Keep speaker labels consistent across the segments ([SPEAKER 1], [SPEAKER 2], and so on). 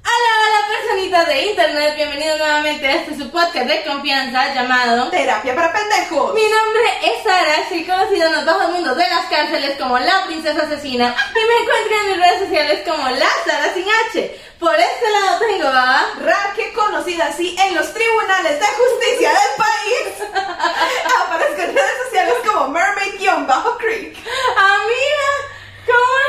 [SPEAKER 1] Hola, hola, personitas de internet. Bienvenidos nuevamente a este su podcast de confianza llamado.
[SPEAKER 2] Terapia para pendejos.
[SPEAKER 1] Mi nombre es Sara, soy conocida en los bajos mundos de las cárceles como la princesa asesina y me encuentro en mis redes sociales como la Sara sin H. Por este lado tengo a...
[SPEAKER 2] Raque conocida así en los tribunales de justicia del país. Aparezco en redes sociales como Mermaid-Creek.
[SPEAKER 1] Amiga, ¿cómo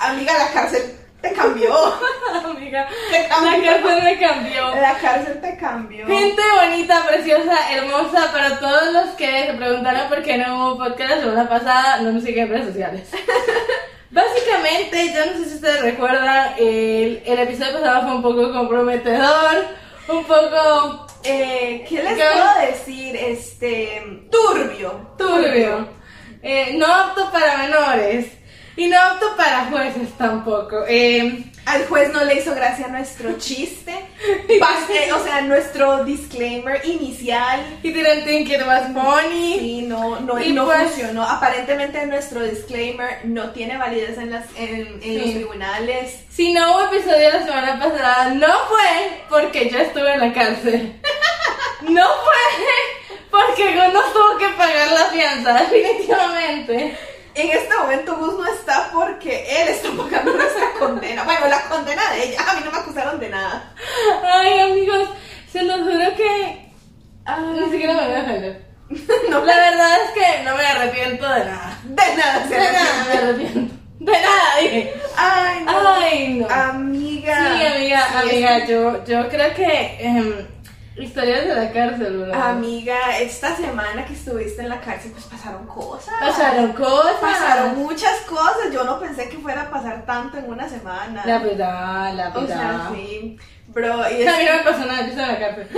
[SPEAKER 2] Amiga, la cárcel te cambió.
[SPEAKER 1] estás? Amiga,
[SPEAKER 2] Te
[SPEAKER 1] la
[SPEAKER 2] cambió.
[SPEAKER 1] cárcel me cambió.
[SPEAKER 2] La cárcel te cambió.
[SPEAKER 1] Gente bonita, preciosa, hermosa, para todos los que se preguntaron por qué no hubo podcast la semana pasada, no me siguen en redes sociales. Básicamente, yo no sé si ustedes recuerdan, el, el episodio pasado fue un poco comprometedor, un poco
[SPEAKER 2] Eh, ¿Qué les
[SPEAKER 1] ¿Qué?
[SPEAKER 2] puedo decir? Este. Turbio.
[SPEAKER 1] turbio, eh, no apto para menores y no apto para jueces tampoco. Eh,
[SPEAKER 2] Al juez no le hizo gracia nuestro chiste. Pastel, eh, o sea, nuestro disclaimer inicial.
[SPEAKER 1] y tirantín quiere más money.
[SPEAKER 2] Sí, no, no,
[SPEAKER 1] Y
[SPEAKER 2] no
[SPEAKER 1] pues-
[SPEAKER 2] funcionó. Aparentemente nuestro disclaimer no tiene validez en, las, en, en
[SPEAKER 1] Sí.
[SPEAKER 2] los tribunales.
[SPEAKER 1] Si no hubo episodio la semana pasada, no fue porque yo estuve en la cárcel. No fue porque nos tuvo que pagar la fianza, definitivamente.
[SPEAKER 2] En este momento Gus no está porque él está pagando nuestra condena. Bueno, la condena de ella. A mí no me acusaron de nada.
[SPEAKER 1] Ay, amigos, se los juro que ni siquiera me voy a ofender. La verdad es que no me arrepiento de nada.
[SPEAKER 2] De nada,
[SPEAKER 1] De
[SPEAKER 2] se la-
[SPEAKER 1] nada me arrepiento. De nada, dije.
[SPEAKER 2] Ay, no.
[SPEAKER 1] Ay, no.
[SPEAKER 2] Amiga.
[SPEAKER 1] Sí, amiga,
[SPEAKER 2] Sí, es-
[SPEAKER 1] amiga, yo, yo creo que em, historias de la cárcel, ¿verdad?
[SPEAKER 2] Amiga, esta semana que estuviste en la cárcel, pues pasaron cosas.
[SPEAKER 1] Pasaron cosas.
[SPEAKER 2] Pasaron muchas cosas. Yo no pensé que fuera a pasar tanto en una semana.
[SPEAKER 1] La verdad, la
[SPEAKER 2] o sea,
[SPEAKER 1] verdad.
[SPEAKER 2] sí. Bro, y
[SPEAKER 1] A
[SPEAKER 2] es
[SPEAKER 1] mí no me pasó nada, yo estaba en la cárcel.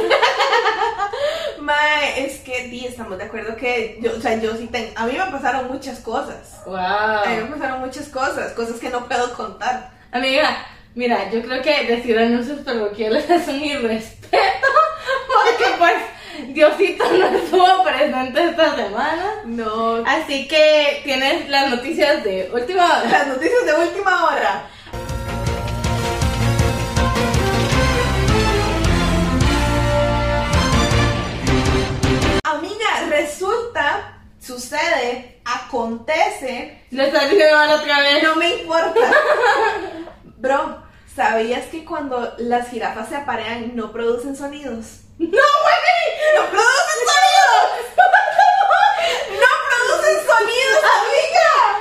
[SPEAKER 2] Mae, es que di, estamos de acuerdo que yo, o sea, yo sí tengo, a mí me pasaron muchas cosas. A mí me
[SPEAKER 1] Wow.
[SPEAKER 2] pasaron muchas cosas, cosas que no puedo contar.
[SPEAKER 1] Amiga, mira, yo creo que decir anuncios parroquiales es un irrespeto. Porque pues Diosito no estuvo presente esta semana.
[SPEAKER 2] No.
[SPEAKER 1] Así que tienes las noticias de última hora.
[SPEAKER 2] Las noticias de última hora. Amiga, resulta, sucede, acontece,
[SPEAKER 1] Lo estás diciendo mal otra vez.
[SPEAKER 2] No me importa. Bro, ¿sabías que cuando las jirafas se aparean no producen sonidos? ¡No, güey! ¡No producen sonidos! ¡No producen sonidos,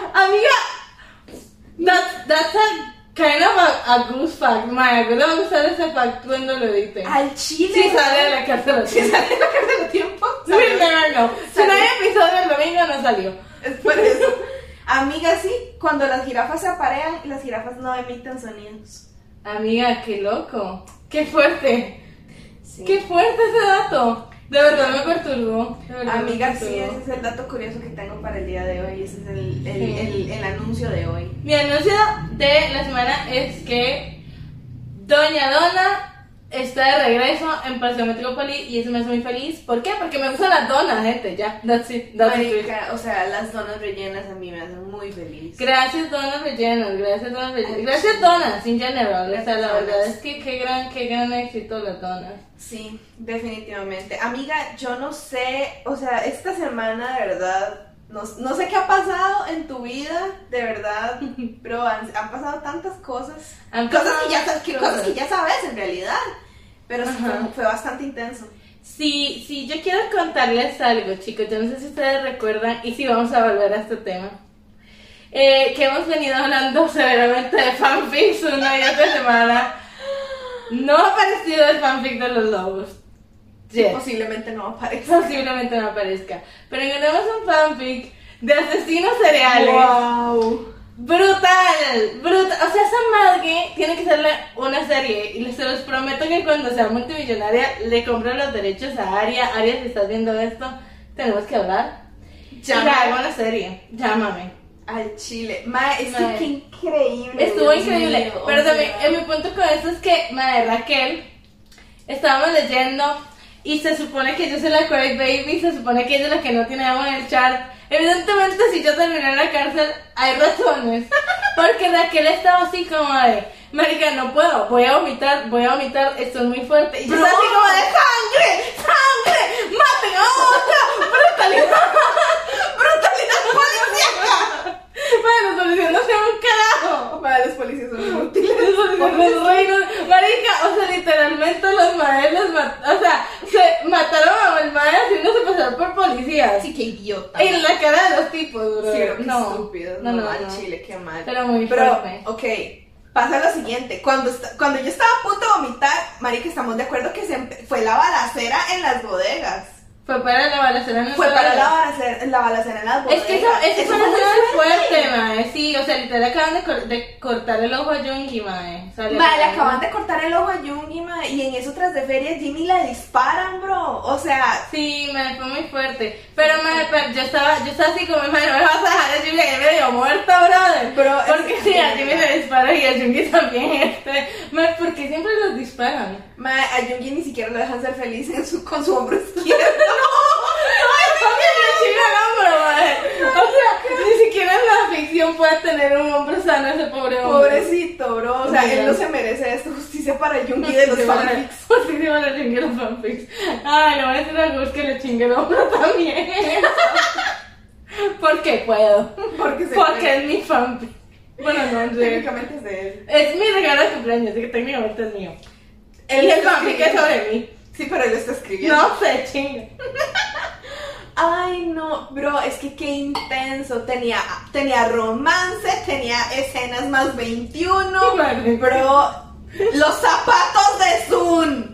[SPEAKER 2] amiga!
[SPEAKER 1] Amiga, that, that's a kind of a, a goose fact. Maya, yo te va a gustar ese fact cuando lo edite.
[SPEAKER 2] Al chile.
[SPEAKER 1] Sí, sale de la cárcel.
[SPEAKER 2] Sí, sale en la cárcel de tiempo.
[SPEAKER 1] We never know. Si no
[SPEAKER 2] Salió.
[SPEAKER 1] hay episodio el domingo, no salió.
[SPEAKER 2] Es por eso. Amiga, sí, cuando las jirafas se aparean, las jirafas no emiten sonidos.
[SPEAKER 1] Amiga, qué loco. Qué fuerte.
[SPEAKER 2] Sí.
[SPEAKER 1] Qué fuerte ese dato. De verdad me perturbó. De verdad me
[SPEAKER 2] Amiga, sí,
[SPEAKER 1] perturbó.
[SPEAKER 2] ese es el dato curioso que tengo para el día de hoy. Ese es el, el-
[SPEAKER 1] Sí.
[SPEAKER 2] el- el anuncio de hoy.
[SPEAKER 1] Mi anuncio de la semana es que Doña Dona está de regreso en Paseo Metrópoli y eso me hace muy feliz. ¿Por qué? Porque me gustan las donas, gente. Ya, that's it. That's it.
[SPEAKER 2] Marica, o sea, las donas rellenas a mí me hacen muy feliz.
[SPEAKER 1] Gracias, donas rellenas. Gracias, donas rellenas. Gracias, donas, in general. O sea, la
[SPEAKER 2] Gracias,
[SPEAKER 1] verdad
[SPEAKER 2] donas.
[SPEAKER 1] es que qué gran, qué gran éxito las donas.
[SPEAKER 2] Sí, definitivamente. Amiga, yo no sé, o sea, esta semana de verdad, no, no sé qué ha pasado en tu vida, de verdad, pero han, han pasado tantas cosas.
[SPEAKER 1] Han
[SPEAKER 2] Cosas
[SPEAKER 1] pasado
[SPEAKER 2] que, ya, sa- que-
[SPEAKER 1] cosas.
[SPEAKER 2] cosas que ya sabes en realidad, pero sí
[SPEAKER 1] Ajá.
[SPEAKER 2] fue, fue bastante intenso.
[SPEAKER 1] Sí, sí, yo quiero contarles algo, chicos. Yo no sé si ustedes recuerdan, y si vamos a volver a este tema. Eh, que hemos venido hablando severamente de fanfics una y otra semana. No ha aparecido el fanfic de los lobos. Yes.
[SPEAKER 2] Posiblemente no aparezca.
[SPEAKER 1] Posiblemente no aparezca. Pero encontramos un fanfic de asesinos cereales.
[SPEAKER 2] Wow.
[SPEAKER 1] Brutal, brutal. O sea, esa madre tiene que hacerle una serie. Y se los prometo que cuando sea multimillonaria le compro los derechos a Aria. Aria, si estás viendo esto, tenemos que hablar. Ya
[SPEAKER 2] Llámame.
[SPEAKER 1] hago una serie. Llámame.
[SPEAKER 2] Al chile. Ma, es
[SPEAKER 1] Mae.
[SPEAKER 2] que qué increíble.
[SPEAKER 1] Estuvo
[SPEAKER 2] Dios
[SPEAKER 1] increíble.
[SPEAKER 2] mío, o
[SPEAKER 1] Pero
[SPEAKER 2] sea.
[SPEAKER 1] también, en mi punto con esto es que, madre Raquel, estábamos leyendo y se supone que yo soy la correct baby, se supone que ella es la que no tiene agua en el chart. Evidentemente, si yo terminé en la cárcel, hay razones. Porque Raquel estaba así como de, marica, no puedo, voy a vomitar, voy a vomitar, esto es muy fuerte. Y yo
[SPEAKER 2] Bro.
[SPEAKER 1] estaba así como de, sangre, sangre, maten a otra, brutalidad, brutalidad policíaca. Bueno, solución no sea un carajo.
[SPEAKER 2] Ma, los policías son inútiles.
[SPEAKER 1] Por los reinos. Marica, o sea, literalmente los maes los mat- O sea, se mataron al mae haciéndose pasar por policías.
[SPEAKER 2] Así que idiota.
[SPEAKER 1] En la cara de los tipos, bro.
[SPEAKER 2] Sí, pero qué
[SPEAKER 1] no.
[SPEAKER 2] estúpido.
[SPEAKER 1] No, no,
[SPEAKER 2] al
[SPEAKER 1] no.
[SPEAKER 2] chile, qué mal.
[SPEAKER 1] Pero muy
[SPEAKER 2] Pero,
[SPEAKER 1] fuerte.
[SPEAKER 2] ok, pasa lo siguiente. Cuando, esta- cuando yo estaba a punto de vomitar, Marica, estamos de acuerdo que se empe- fue la balacera en las bodegas.
[SPEAKER 1] Fue para la balacera. no
[SPEAKER 2] Fue
[SPEAKER 1] fue
[SPEAKER 2] para la balacera, la balacera en las
[SPEAKER 1] Es
[SPEAKER 2] bodegas.
[SPEAKER 1] que eso, es que fue
[SPEAKER 2] fue
[SPEAKER 1] una
[SPEAKER 2] muy
[SPEAKER 1] escena
[SPEAKER 2] fuerte.
[SPEAKER 1] fuerte, mae. Sí, o sea, literal acaban de, cor- de cortar el ojo a Junkie, mae. O sea,
[SPEAKER 2] Ma, le acaban de cortar el ojo a Jungi, ma, y en eso tras de feria Jimmy la disparan, bro. O sea,
[SPEAKER 1] Sí, me fue muy fuerte. Pero me, pero yo estaba, yo estaba así como, "Mae, no me vas a dejar a Jimmy que medio muerta, brother.
[SPEAKER 2] Pero es-
[SPEAKER 1] porque si a Jimmy le disparan y a Jimmy también, este, mae, ¿por qué siempre los disparan?
[SPEAKER 2] ma, a Jungi ni siquiera lo dejan ser feliz en su, con su hombro izquierdo.
[SPEAKER 1] Porque me chino el hombro, mae. O sea, ni siquiera en la ficción puede tener un hombro sano ese pobre hombre.
[SPEAKER 2] Pobrecito, bro. O sea, él no se merece esto. Justicia para Jungi de los
[SPEAKER 1] Sí, vale.
[SPEAKER 2] fanfics.
[SPEAKER 1] Sí, sí, vale, chingue los fanfics. Ay, le voy a decir a Gus que le chingue el hombro también. Porque puedo.
[SPEAKER 2] Porque se
[SPEAKER 1] Porque es mi fanfic. Bueno, no, en
[SPEAKER 2] fue.
[SPEAKER 1] serio.
[SPEAKER 2] técnicamente es de él.
[SPEAKER 1] Es mi regalo de cumpleaños, así que técnicamente es mío.
[SPEAKER 2] Él
[SPEAKER 1] y el
[SPEAKER 2] está
[SPEAKER 1] fanfic es
[SPEAKER 2] escribiendo.
[SPEAKER 1] sobre mí.
[SPEAKER 2] Sí, pero él está escribiendo.
[SPEAKER 1] No sé, chinga.
[SPEAKER 2] Ay, no, bro, es que qué intenso. Tenía, tenía romance, tenía escenas más 21.
[SPEAKER 1] Madre.
[SPEAKER 2] Bro, los zapatos de Sun.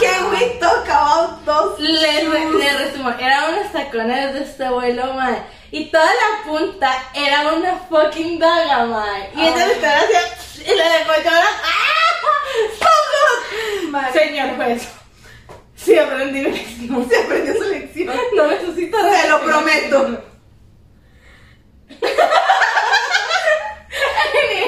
[SPEAKER 2] ¿Qué we talk about those
[SPEAKER 1] Le, re-
[SPEAKER 2] shoes?
[SPEAKER 1] le resumo, eran unos tacones de este vuelo, madre. Y toda la punta era una fucking daga, madre. Y ella
[SPEAKER 2] Ay.
[SPEAKER 1] le estaba así, y le dejó llorar. ¡Ah! ¡Socorro!
[SPEAKER 2] Madre.
[SPEAKER 1] Señor juez, sí aprendí mi lección.
[SPEAKER 2] Se aprendió su lección.
[SPEAKER 1] No necesito
[SPEAKER 2] Te lo prometo.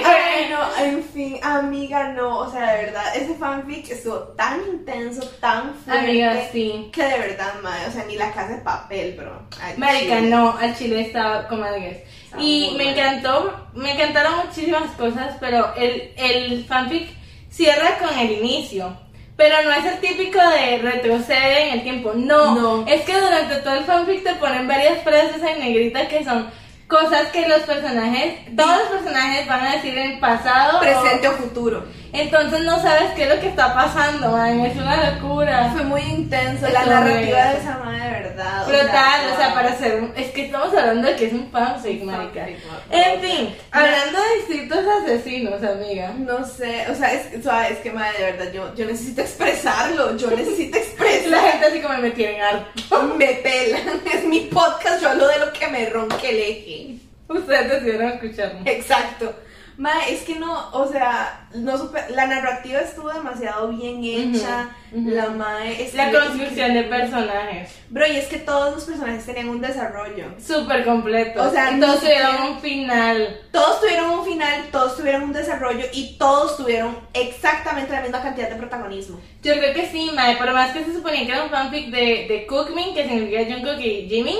[SPEAKER 2] Ay, no, en fin, amiga, no, o sea, de verdad, ese fanfic estuvo tan intenso, tan fuerte.
[SPEAKER 1] Amiga, sí.
[SPEAKER 2] Que de verdad, madre, o sea, ni la casa de papel, bro. Ay,
[SPEAKER 1] Marica,
[SPEAKER 2] sí.
[SPEAKER 1] no, al chile estaba como alguien.
[SPEAKER 2] Estaba
[SPEAKER 1] Y
[SPEAKER 2] muy
[SPEAKER 1] me
[SPEAKER 2] bueno.
[SPEAKER 1] encantó, me encantaron muchísimas cosas, pero el, el fanfic cierra con el inicio. Pero no es el típico de retroceder en el tiempo, no.
[SPEAKER 2] No.
[SPEAKER 1] Es que durante todo el fanfic te ponen varias frases en negrita que son cosas que los personajes, todos los personajes van a decir en pasado. o-
[SPEAKER 2] Presente o futuro.
[SPEAKER 1] entonces no sabes qué es lo que está pasando, man. Es una locura.
[SPEAKER 2] Fue muy intenso. La
[SPEAKER 1] Estuvo
[SPEAKER 2] narrativa
[SPEAKER 1] muy-
[SPEAKER 2] de esa madre, de verdad.
[SPEAKER 1] Brutal, o sea,
[SPEAKER 2] wow.
[SPEAKER 1] para hacer un- Es que estamos hablando de que es un fanfic, marica.
[SPEAKER 2] Fanfic, wow.
[SPEAKER 1] En fin, hablando de distintos asesinos, amiga.
[SPEAKER 2] No sé, o sea, es, o sea, es que madre, de verdad, yo, yo necesito expresarlo, yo necesito
[SPEAKER 1] La
[SPEAKER 2] expresarlo.
[SPEAKER 1] gente así como me tienen harto.
[SPEAKER 2] me pelan, es mi podcast, yo hablo de lo que me ronque el eje.
[SPEAKER 1] Ustedes decidieron escucharme.
[SPEAKER 2] Exacto. Ma, es que no, o sea, no supe- la narrativa estuvo demasiado bien hecha,
[SPEAKER 1] Ujú, ujú.
[SPEAKER 2] la mae...
[SPEAKER 1] La
[SPEAKER 2] escribió-
[SPEAKER 1] construcción de personajes.
[SPEAKER 2] Bro, y es que todos los personajes tenían un desarrollo.
[SPEAKER 1] Súper completo.
[SPEAKER 2] O sea,
[SPEAKER 1] Y
[SPEAKER 2] ni
[SPEAKER 1] todos tuvieron
[SPEAKER 2] siquiera-
[SPEAKER 1] un final.
[SPEAKER 2] Todos tuvieron un final, todos tuvieron un desarrollo y todos tuvieron exactamente la misma cantidad de protagonismo.
[SPEAKER 1] Yo creo que sí, mae, pero más que se suponía que era un fanfic de, de Cookmin, que significa Jungkook y Jimmy.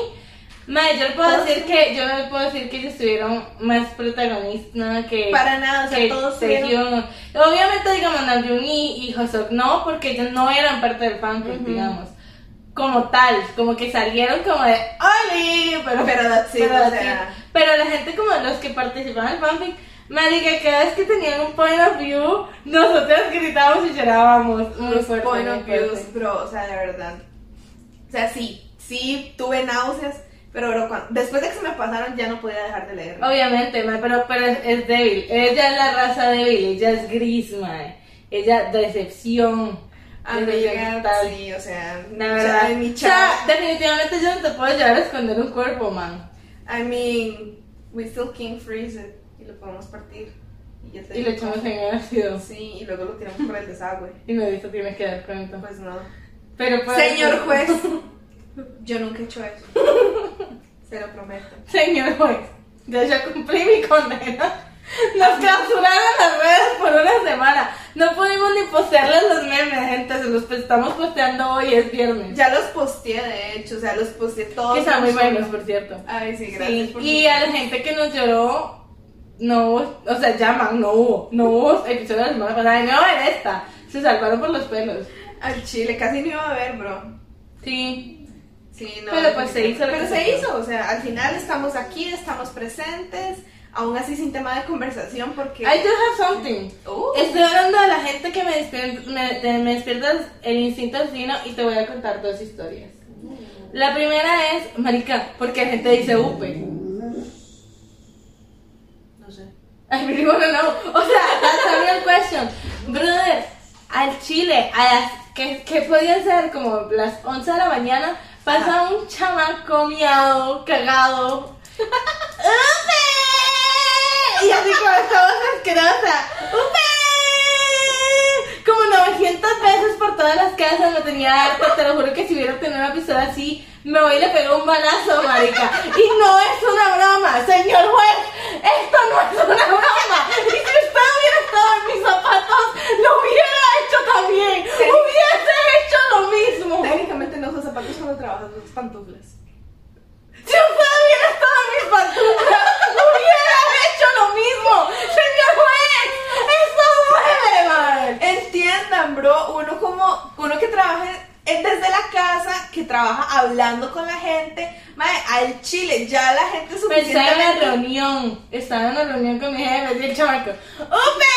[SPEAKER 1] Mae, yo le puedo
[SPEAKER 2] Todos
[SPEAKER 1] decir que, yo no le puedo decir que ellos tuvieron más protagonista que...
[SPEAKER 2] Para nada, o sea,
[SPEAKER 1] Eh, que
[SPEAKER 2] todos tuvieron...
[SPEAKER 1] Taehyung. Obviamente, digamos, Namjoon y, y Hoseok no, porque ellos no eran parte del fanfic,
[SPEAKER 2] Ujú.
[SPEAKER 1] digamos. Como tal, como que salieron como de ¡Oli! Pero,
[SPEAKER 2] Pero that's it,
[SPEAKER 1] pero
[SPEAKER 2] o
[SPEAKER 1] that's
[SPEAKER 2] sea.
[SPEAKER 1] it. Pero la gente como los que participaban del fanfic, marica, cada vez que tenían un point of view, nosotros gritábamos y llorábamos. Muy
[SPEAKER 2] los
[SPEAKER 1] fuerte,
[SPEAKER 2] point of
[SPEAKER 1] muy fuerte.
[SPEAKER 2] views, bro, o sea, de verdad. O sea, sí, sí, tuve náuseas, pero bro, cuan- después de que se me pasaron ya no podía dejar de leer.
[SPEAKER 1] Obviamente, mae, pero, pero es, es débil. Ella es la raza débil, ella es gris, mae. Ella, decepción. Decepción
[SPEAKER 2] Amiga,
[SPEAKER 1] total.
[SPEAKER 2] Ah, sí, o sea,
[SPEAKER 1] La
[SPEAKER 2] o sea,
[SPEAKER 1] verdad.
[SPEAKER 2] en mi
[SPEAKER 1] O sea,
[SPEAKER 2] chat.
[SPEAKER 1] definitivamente yo no te puedo llevar a esconder un cuerpo, man.
[SPEAKER 2] I mean, we still can freeze it y lo podemos partir. Y, ya te
[SPEAKER 1] Y lo
[SPEAKER 2] digo.
[SPEAKER 1] echamos en el ácido.
[SPEAKER 2] Sí, y luego lo tiramos por el desagüe.
[SPEAKER 1] Y me dice, tienes que dar cuenta.
[SPEAKER 2] Pues no.
[SPEAKER 1] Pero pues, puede
[SPEAKER 2] Señor
[SPEAKER 1] ser-
[SPEAKER 2] juez, yo nunca he hecho eso. Se lo prometo.
[SPEAKER 1] Señor juez, yo ya cumplí mi condena. Nos clausuraron las redes por una semana. No pudimos ni postearles los memes, gente. Se los estamos posteando hoy, es viernes.
[SPEAKER 2] Ya los posteé, de hecho, o sea, los posteé todos.
[SPEAKER 1] que están muy
[SPEAKER 2] juntos.
[SPEAKER 1] buenos, por cierto.
[SPEAKER 2] Ay, sí, gracias
[SPEAKER 1] Sí,
[SPEAKER 2] por
[SPEAKER 1] y a la gente que nos lloró, no hubo- o sea, llaman, no hubo, no hubo episodio de la semana pasada, y no en esta. Se salvaron por los pelos.
[SPEAKER 2] Al chile, casi no iba a ver, bro.
[SPEAKER 1] Sí,
[SPEAKER 2] Sí, no.
[SPEAKER 1] Pero, pues, se hizo lo
[SPEAKER 2] Pero
[SPEAKER 1] que
[SPEAKER 2] se
[SPEAKER 1] se
[SPEAKER 2] hizo, o sea, al final estamos aquí, estamos presentes, aún así sin tema de conversación porque...
[SPEAKER 1] I do have something.
[SPEAKER 2] Uh,
[SPEAKER 1] Estoy hablando de la gente que me despierta, me, de- me despierta el instinto asesino y te voy a contar dos historias. La primera es, marica, porque la gente dice upe.
[SPEAKER 2] No sé.
[SPEAKER 1] Ay, pero bueno, no. O sea, that's a real question. Brother, al Chile, a las que, que podían ser como las 11 de la mañana, pasa un chamaco miado, cagado. ¡Upe! Y así con esta voz asquerosa. ¡Upe! Como 900 veces por todas las casas me tenía harta. Te lo juro que si hubiera tenido una pistola así, me voy y le pego un balazo, marica. Y no es una broma, señor juez. Esto no es una broma. Y si usted hubiera estado en mis zapatos, lo hubiera hecho también. Hubiese hecho lo mismo.
[SPEAKER 2] Técnicamente no usas zapatos cuando trabajas, usas pantuflas.
[SPEAKER 1] Si usted hubiera estado en mis pantuflas, hubiera hecho lo mismo. Señor juez, esto duele, man.
[SPEAKER 2] Entiendan, bro, uno como, uno que trabaja en- desde la casa, que trabaja hablando con la gente, madre, al chile, ya la gente es
[SPEAKER 1] Pensaba en la
[SPEAKER 2] suficientemente...
[SPEAKER 1] reunión. Estaba en una reunión con mi jefe y el chamaco. ¡Upe!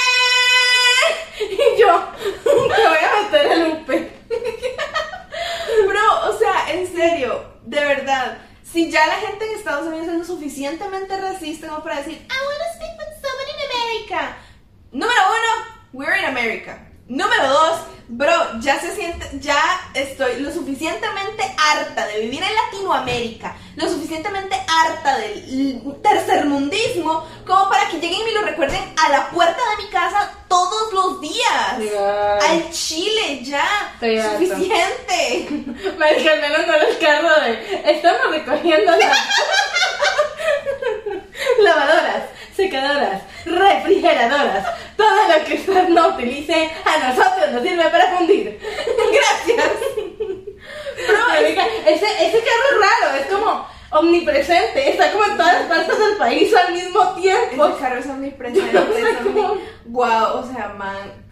[SPEAKER 1] Y yo, te voy a meter el upe.
[SPEAKER 2] Bro, o sea, en serio, de verdad, si ya la gente en Estados Unidos es lo suficientemente racista como para decir, I wanna speak with someone in America. Número uno, we're in America. Número dos, bro, ya se siente, ya estoy lo suficientemente harta de vivir en Latinoamérica, lo suficientemente harta del l- tercermundismo como para que lleguen y me lo recuerden a la puerta de mi casa todos los días. Al Chile, ya.
[SPEAKER 1] Estoy harta.
[SPEAKER 2] suficiente.
[SPEAKER 1] Me dije, al menos no era el carro de. Estamos recogiendo las. Lavadoras, secadoras, refrigeradoras. Todo lo que usted no utilice, a nosotros nos sirve para fundir. Gracias. Pero, oiga, ese, ese carro es raro, es como omnipresente. Está como en todas las partes del país al mismo tiempo.
[SPEAKER 2] Esos carros son mis presentes.
[SPEAKER 1] Pues, Yo no sé cómo.
[SPEAKER 2] Wow, o sea, man.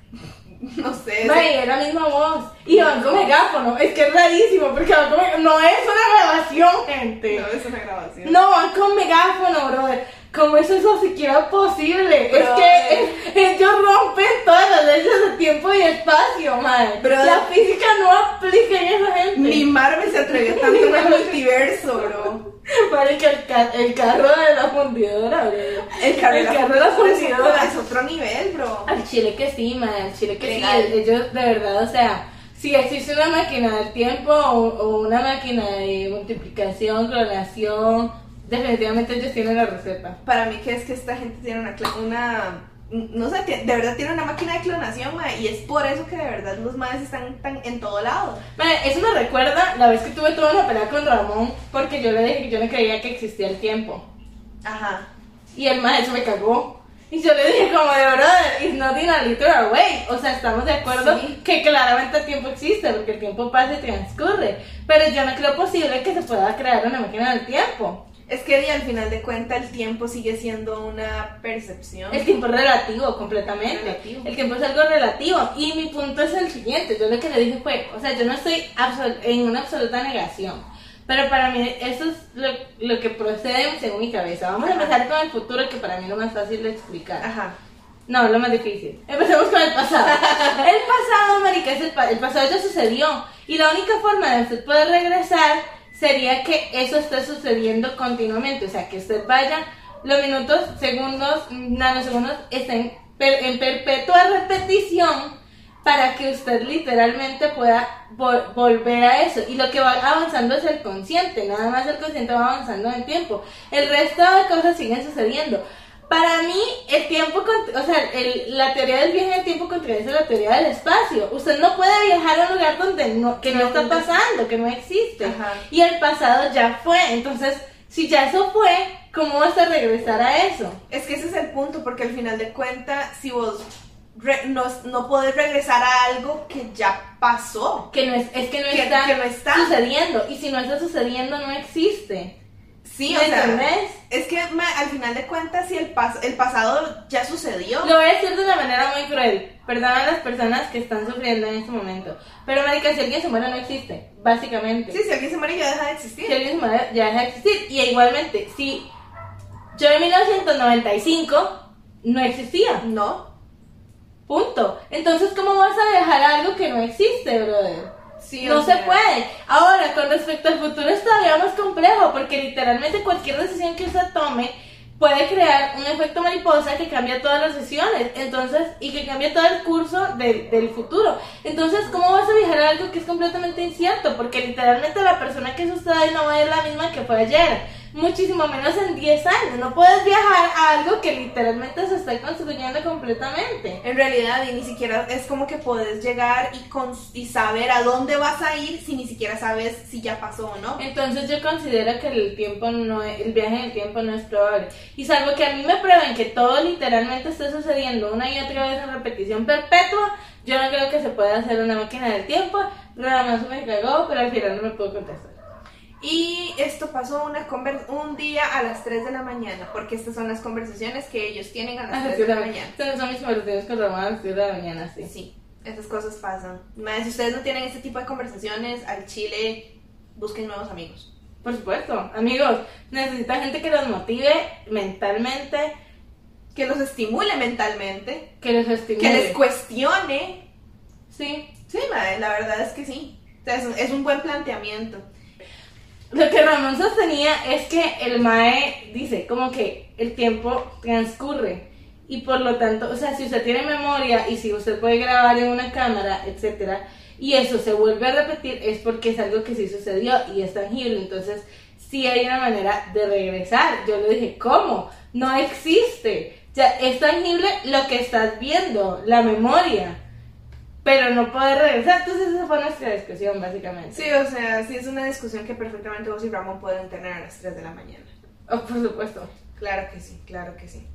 [SPEAKER 2] No sé.
[SPEAKER 1] Mae, es la misma voz. Y van con megáfono. Es que es rarísimo porque van con meg- No es una grabación, gente.
[SPEAKER 2] No, es una grabación.
[SPEAKER 1] No, van con megáfono, brother. ¿Cómo es eso siquiera posible? Es
[SPEAKER 2] Brother.
[SPEAKER 1] que es- ellos rompen todas las leyes de tiempo y espacio, madre.
[SPEAKER 2] Brother.
[SPEAKER 1] La física no aplica en esa gente.
[SPEAKER 2] Ni Marvel se atrevió tanto con el multiverso, bro.
[SPEAKER 1] Parece que el, ca- el carro de la fundidora, brother.
[SPEAKER 2] El carro de la-
[SPEAKER 1] carro de la fundidora.
[SPEAKER 2] Es otro nivel, bro.
[SPEAKER 1] Al chile que sí, madre, al chile que
[SPEAKER 2] Legal.
[SPEAKER 1] sí. Ellos, de verdad, o sea, si existe una máquina del tiempo o, o una máquina de multiplicación, clonación, definitivamente ellos tienen la receta.
[SPEAKER 2] Para mí que es que esta gente tiene una... cl- una no sé, tie- de verdad tiene una máquina de clonación, ma, y es por eso que de verdad los madres están tan en todo lado.
[SPEAKER 1] Mae, eso me recuerda la vez que tuve toda una pelea con Ramón porque yo le dije que yo no creía que existía el tiempo.
[SPEAKER 2] Ajá.
[SPEAKER 1] Y el maestro me cagó. Y yo le dije como de brother, it's not in a literal way. O sea, estamos de acuerdo
[SPEAKER 2] Sí.
[SPEAKER 1] que claramente el tiempo existe, porque el tiempo pasa y transcurre. Pero yo no creo posible que se pueda crear una máquina del tiempo.
[SPEAKER 2] Es que di, al final de cuentas el tiempo sigue siendo una percepción.
[SPEAKER 1] El tiempo es relativo completamente.
[SPEAKER 2] Relativo.
[SPEAKER 1] El tiempo es algo relativo. Y mi punto es el siguiente. Yo lo que le dije fue, o sea, yo no estoy absol- en una absoluta negación. Pero para mí eso es lo, lo que procede según mi cabeza. Vamos a empezar con el futuro, que para mí es lo más fácil de explicar.
[SPEAKER 2] Ajá.
[SPEAKER 1] No, lo más difícil. Empecemos con el pasado. El pasado, marica, es el, pa- el pasado ya sucedió. Y la única forma de usted poder regresar sería que eso esté sucediendo continuamente. O sea, que usted vaya, los minutos, mm, segundos, nanosegundos estén per- en perpetua repetición para que usted literalmente pueda vol- volver a eso. Y lo que va avanzando es el consciente, nada más el consciente va avanzando en el tiempo. El resto de cosas siguen sucediendo. Para mí, el tiempo, cont- o sea, el- la teoría del viaje en el tiempo contradice la teoría del espacio. Usted no puede viajar a un lugar donde no, que no,
[SPEAKER 2] No,
[SPEAKER 1] está
[SPEAKER 2] no.
[SPEAKER 1] pasando, que no existe.
[SPEAKER 2] Ajá.
[SPEAKER 1] Y el pasado ya fue. Entonces, si ya eso fue, ¿cómo vas a regresar a eso?
[SPEAKER 2] Es que ese es el punto, porque al final de cuentas, si vos re- no, no podés regresar a algo que ya pasó.
[SPEAKER 1] Que no es, es que no,
[SPEAKER 2] Que-
[SPEAKER 1] está
[SPEAKER 2] que no está.
[SPEAKER 1] sucediendo. Y si no está sucediendo, no existe.
[SPEAKER 2] Sí,
[SPEAKER 1] ¿Me
[SPEAKER 2] o sea,
[SPEAKER 1] entendés?
[SPEAKER 2] es que ma, al final de cuentas, si el, pas- el pasado ya sucedió,
[SPEAKER 1] Lo voy a decir de una manera muy cruel. Perdona a las personas que están sufriendo en este momento. Pero, marica, si alguien se muere, no existe. Básicamente.
[SPEAKER 2] sí, si alguien se muere ya deja de existir.
[SPEAKER 1] Si alguien se muere, ya deja de existir. Y igualmente, si yo en 1995 no existía.
[SPEAKER 2] No,
[SPEAKER 1] Punto. Entonces, ¿cómo vas a dejar algo que no existe, brother?
[SPEAKER 2] sí, o
[SPEAKER 1] no se
[SPEAKER 2] sea,
[SPEAKER 1] puede. Ahora, con respecto al futuro es todavía más complejo, porque literalmente cualquier decisión que usted tome puede crear un efecto mariposa que cambia todas las decisiones, entonces, y que cambia todo el curso del, del futuro. Entonces, ¿cómo vas a viajar a algo que es completamente incierto? Porque literalmente la persona que es usted hoy no va a ser la misma que fue ayer, muchísimo menos en 10 años. No puedes viajar a algo que literalmente se está construyendo completamente.
[SPEAKER 2] En realidad, y ni siquiera es como que podés llegar y, cons- y saber a dónde vas a ir si ni siquiera sabes si ya pasó o no.
[SPEAKER 1] Entonces yo considero que el tiempo no es- el viaje en el tiempo no es probable. Y salvo que a mí me prueben que todo literalmente esté sucediendo una y otra vez en repetición perpetua, yo no creo que se pueda hacer una máquina del tiempo. Nada más me cagó, pero al final no me puedo contestar.
[SPEAKER 2] Y esto pasó una conver- un día a las 3 de la mañana, porque estas son las conversaciones que ellos tienen a
[SPEAKER 1] Ah,
[SPEAKER 2] las 3 de la mañana.
[SPEAKER 1] Estas son mis conversaciones con Román a las siete de la mañana, sí.
[SPEAKER 2] Sí, esas cosas pasan. Más, si ustedes no tienen este tipo de conversaciones, al chile busquen nuevos amigos.
[SPEAKER 1] Por supuesto, amigos, necesitan gente que los motive mentalmente,
[SPEAKER 2] Que los estimule mentalmente,
[SPEAKER 1] que los
[SPEAKER 2] que
[SPEAKER 1] estimule.
[SPEAKER 2] les cuestione.
[SPEAKER 1] sí.
[SPEAKER 2] Sí, mae, la verdad es que sí. O sea, es, es un buen planteamiento.
[SPEAKER 1] Lo que Ramón sostenía es que el Mae dice como que el tiempo transcurre y por lo tanto, o sea, si usted tiene memoria y si usted puede grabar en una cámara, etcétera, y eso se vuelve a repetir es porque es algo que sí sucedió y es tangible, entonces sí hay una manera de regresar. Yo le dije, ¿cómo? No existe. Ya es tangible lo que estás viendo, la memoria, pero no puede regresar. Entonces esa fue nuestra discusión básicamente.
[SPEAKER 2] Sí, o sea, sí es una discusión que perfectamente vos y Ramón pueden tener a las 3 de la mañana.
[SPEAKER 1] Oh, por supuesto.
[SPEAKER 2] Claro que sí, claro que sí.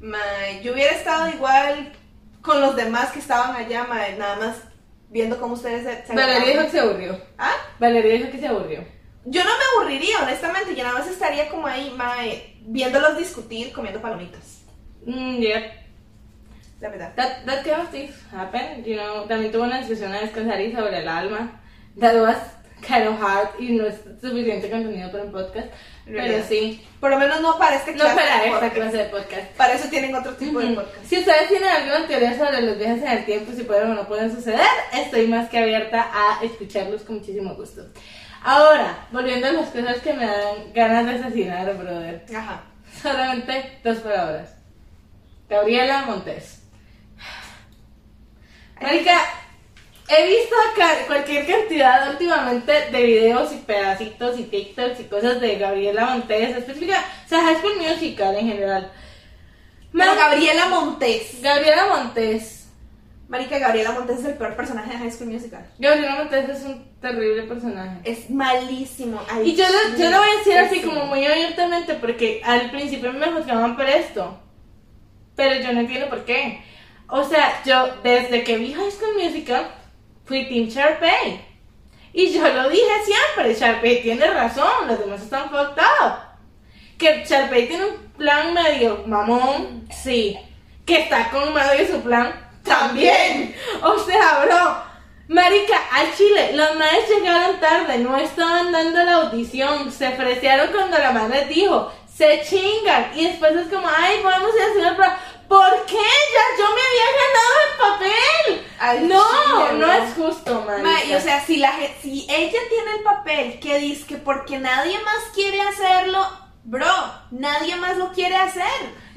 [SPEAKER 2] Mae, yo hubiera estado igual con los demás que estaban allá, mae, nada más viendo cómo ustedes se... se
[SPEAKER 1] Valeria dijo
[SPEAKER 2] agarraban.
[SPEAKER 1] que se aburrió.
[SPEAKER 2] ¿Ah?
[SPEAKER 1] Valeria dijo que se aburrió.
[SPEAKER 2] Yo no me aburriría, honestamente. Yo nada más estaría como ahí, mae, viéndolos discutir, comiendo palomitas.
[SPEAKER 1] Mm, yeah.
[SPEAKER 2] La verdad.
[SPEAKER 1] That, that kind of things happen, you know. También tuvo una discusión a descansar y sobre el alma. That was kind of hard y no es suficiente contenido para un podcast.
[SPEAKER 2] En
[SPEAKER 1] Pero
[SPEAKER 2] realidad.
[SPEAKER 1] sí,
[SPEAKER 2] Por lo menos no para este
[SPEAKER 1] no para
[SPEAKER 2] de
[SPEAKER 1] esta
[SPEAKER 2] podcast.
[SPEAKER 1] clase de podcast.
[SPEAKER 2] Para eso tienen otro tipo de
[SPEAKER 1] Ujú.
[SPEAKER 2] podcast.
[SPEAKER 1] Si ustedes tienen alguna teoría sobre los viajes en el tiempo, si pueden o no pueden suceder, estoy más que abierta a escucharlos con muchísimo gusto. Ahora, volviendo a las cosas que me dan ganas de asesinar, brother.
[SPEAKER 2] Ajá.
[SPEAKER 1] Solamente dos palabras. Gabriela Montes. Marica, he visto ca- cualquier cantidad últimamente de videos y pedacitos y TikToks y cosas de Gabriela Montes, específica, o sea, High School Musical en general.
[SPEAKER 2] Pero
[SPEAKER 1] Man-
[SPEAKER 2] Gabriela Montes.
[SPEAKER 1] Gabriela Montes.
[SPEAKER 2] Marica, Gabriela Montes es el peor personaje de High School Musical.
[SPEAKER 1] Gabriela Montes es un terrible personaje.
[SPEAKER 2] Es malísimo. al
[SPEAKER 1] Y yo lo, yo lo voy a decir así
[SPEAKER 2] chile.
[SPEAKER 1] como muy abiertamente porque al principio me juzgaban por esto. Pero yo no entiendo por qué. O sea, yo desde que vi High School Musical fui Team Sharpay. Y yo lo dije siempre, Sharpay tiene razón, los demás están fucked up. Que Sharpay tiene un plan medio mamón, sí. Que está con madre su plan, también. O sea, bro. Marica, al Chile, los madres llegaron tarde, no estaban dando la audición, se fresearon cuando la madre dijo, se chingan, y después es como, ay, vamos a hacer otra. ¿Por qué? Ya yo me había ganado el papel.
[SPEAKER 2] Al
[SPEAKER 1] no,
[SPEAKER 2] chile,
[SPEAKER 1] no
[SPEAKER 2] bro.
[SPEAKER 1] es justo, marica.
[SPEAKER 2] Ma, y o sea, si, la, ge- si ella tiene el papel que dice que porque nadie más quiere hacerlo, Bro, nadie más lo quiere hacer.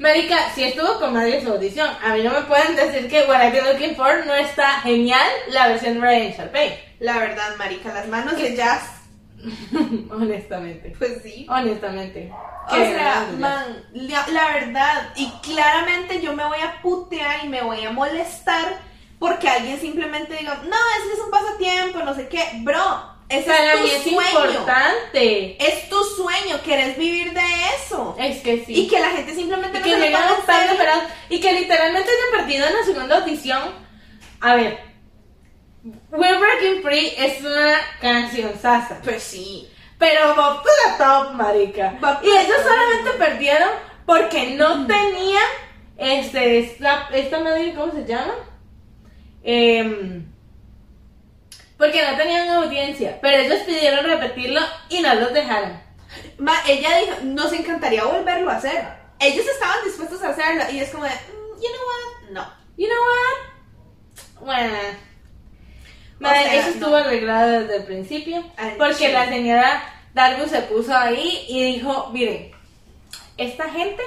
[SPEAKER 1] Marica, si estuvo con madre su audición, a mí no me pueden decir que What I'm Looking For no está genial la versión de Ryan Sharpay.
[SPEAKER 2] La verdad, marica, las manos de Jazz.
[SPEAKER 1] Honestamente.
[SPEAKER 2] Pues sí.
[SPEAKER 1] Honestamente.
[SPEAKER 2] O
[SPEAKER 1] Qué
[SPEAKER 2] sea,
[SPEAKER 1] grande.
[SPEAKER 2] man, la, la verdad, y claramente yo me voy a putear y me voy a molestar porque alguien simplemente diga, no, es que es un pasatiempo, no sé qué. Bro, ese
[SPEAKER 1] Para mí
[SPEAKER 2] es
[SPEAKER 1] es
[SPEAKER 2] tu sueño.
[SPEAKER 1] importante.
[SPEAKER 2] Es tu sueño, querés vivir de eso.
[SPEAKER 1] Es que Eh, sí.
[SPEAKER 2] Y que la gente simplemente
[SPEAKER 1] Y
[SPEAKER 2] no
[SPEAKER 1] que
[SPEAKER 2] se lo
[SPEAKER 1] llegan
[SPEAKER 2] toma
[SPEAKER 1] los
[SPEAKER 2] en
[SPEAKER 1] padres,
[SPEAKER 2] serio.
[SPEAKER 1] ¿verdad? Y que literalmente hayan partido en la segunda audición. A ver, We're Breaking Free es una canción sasa.
[SPEAKER 2] Pues sí.
[SPEAKER 1] Pero Bob to the Top, marica.
[SPEAKER 2] Bob to
[SPEAKER 1] y
[SPEAKER 2] the
[SPEAKER 1] ellos
[SPEAKER 2] Top.
[SPEAKER 1] solamente perdieron porque no tenían este, esta, esta madre, ¿cómo se llama? Em, porque no tenían audiencia. Pero ellos pidieron repetirlo y no los dejaron.
[SPEAKER 2] Ma, ella dijo, nos encantaría volverlo a hacer. Ellos estaban dispuestos a hacerlo y es como de, "Mm, you know what, no.
[SPEAKER 1] You know what? Bueno.
[SPEAKER 2] O
[SPEAKER 1] Madre,
[SPEAKER 2] sea,
[SPEAKER 1] eso
[SPEAKER 2] no.
[SPEAKER 1] estuvo arreglado desde el principio.
[SPEAKER 2] Ay,
[SPEAKER 1] porque
[SPEAKER 2] sí.
[SPEAKER 1] la señora Dargo se puso ahí y dijo, miren, esta gente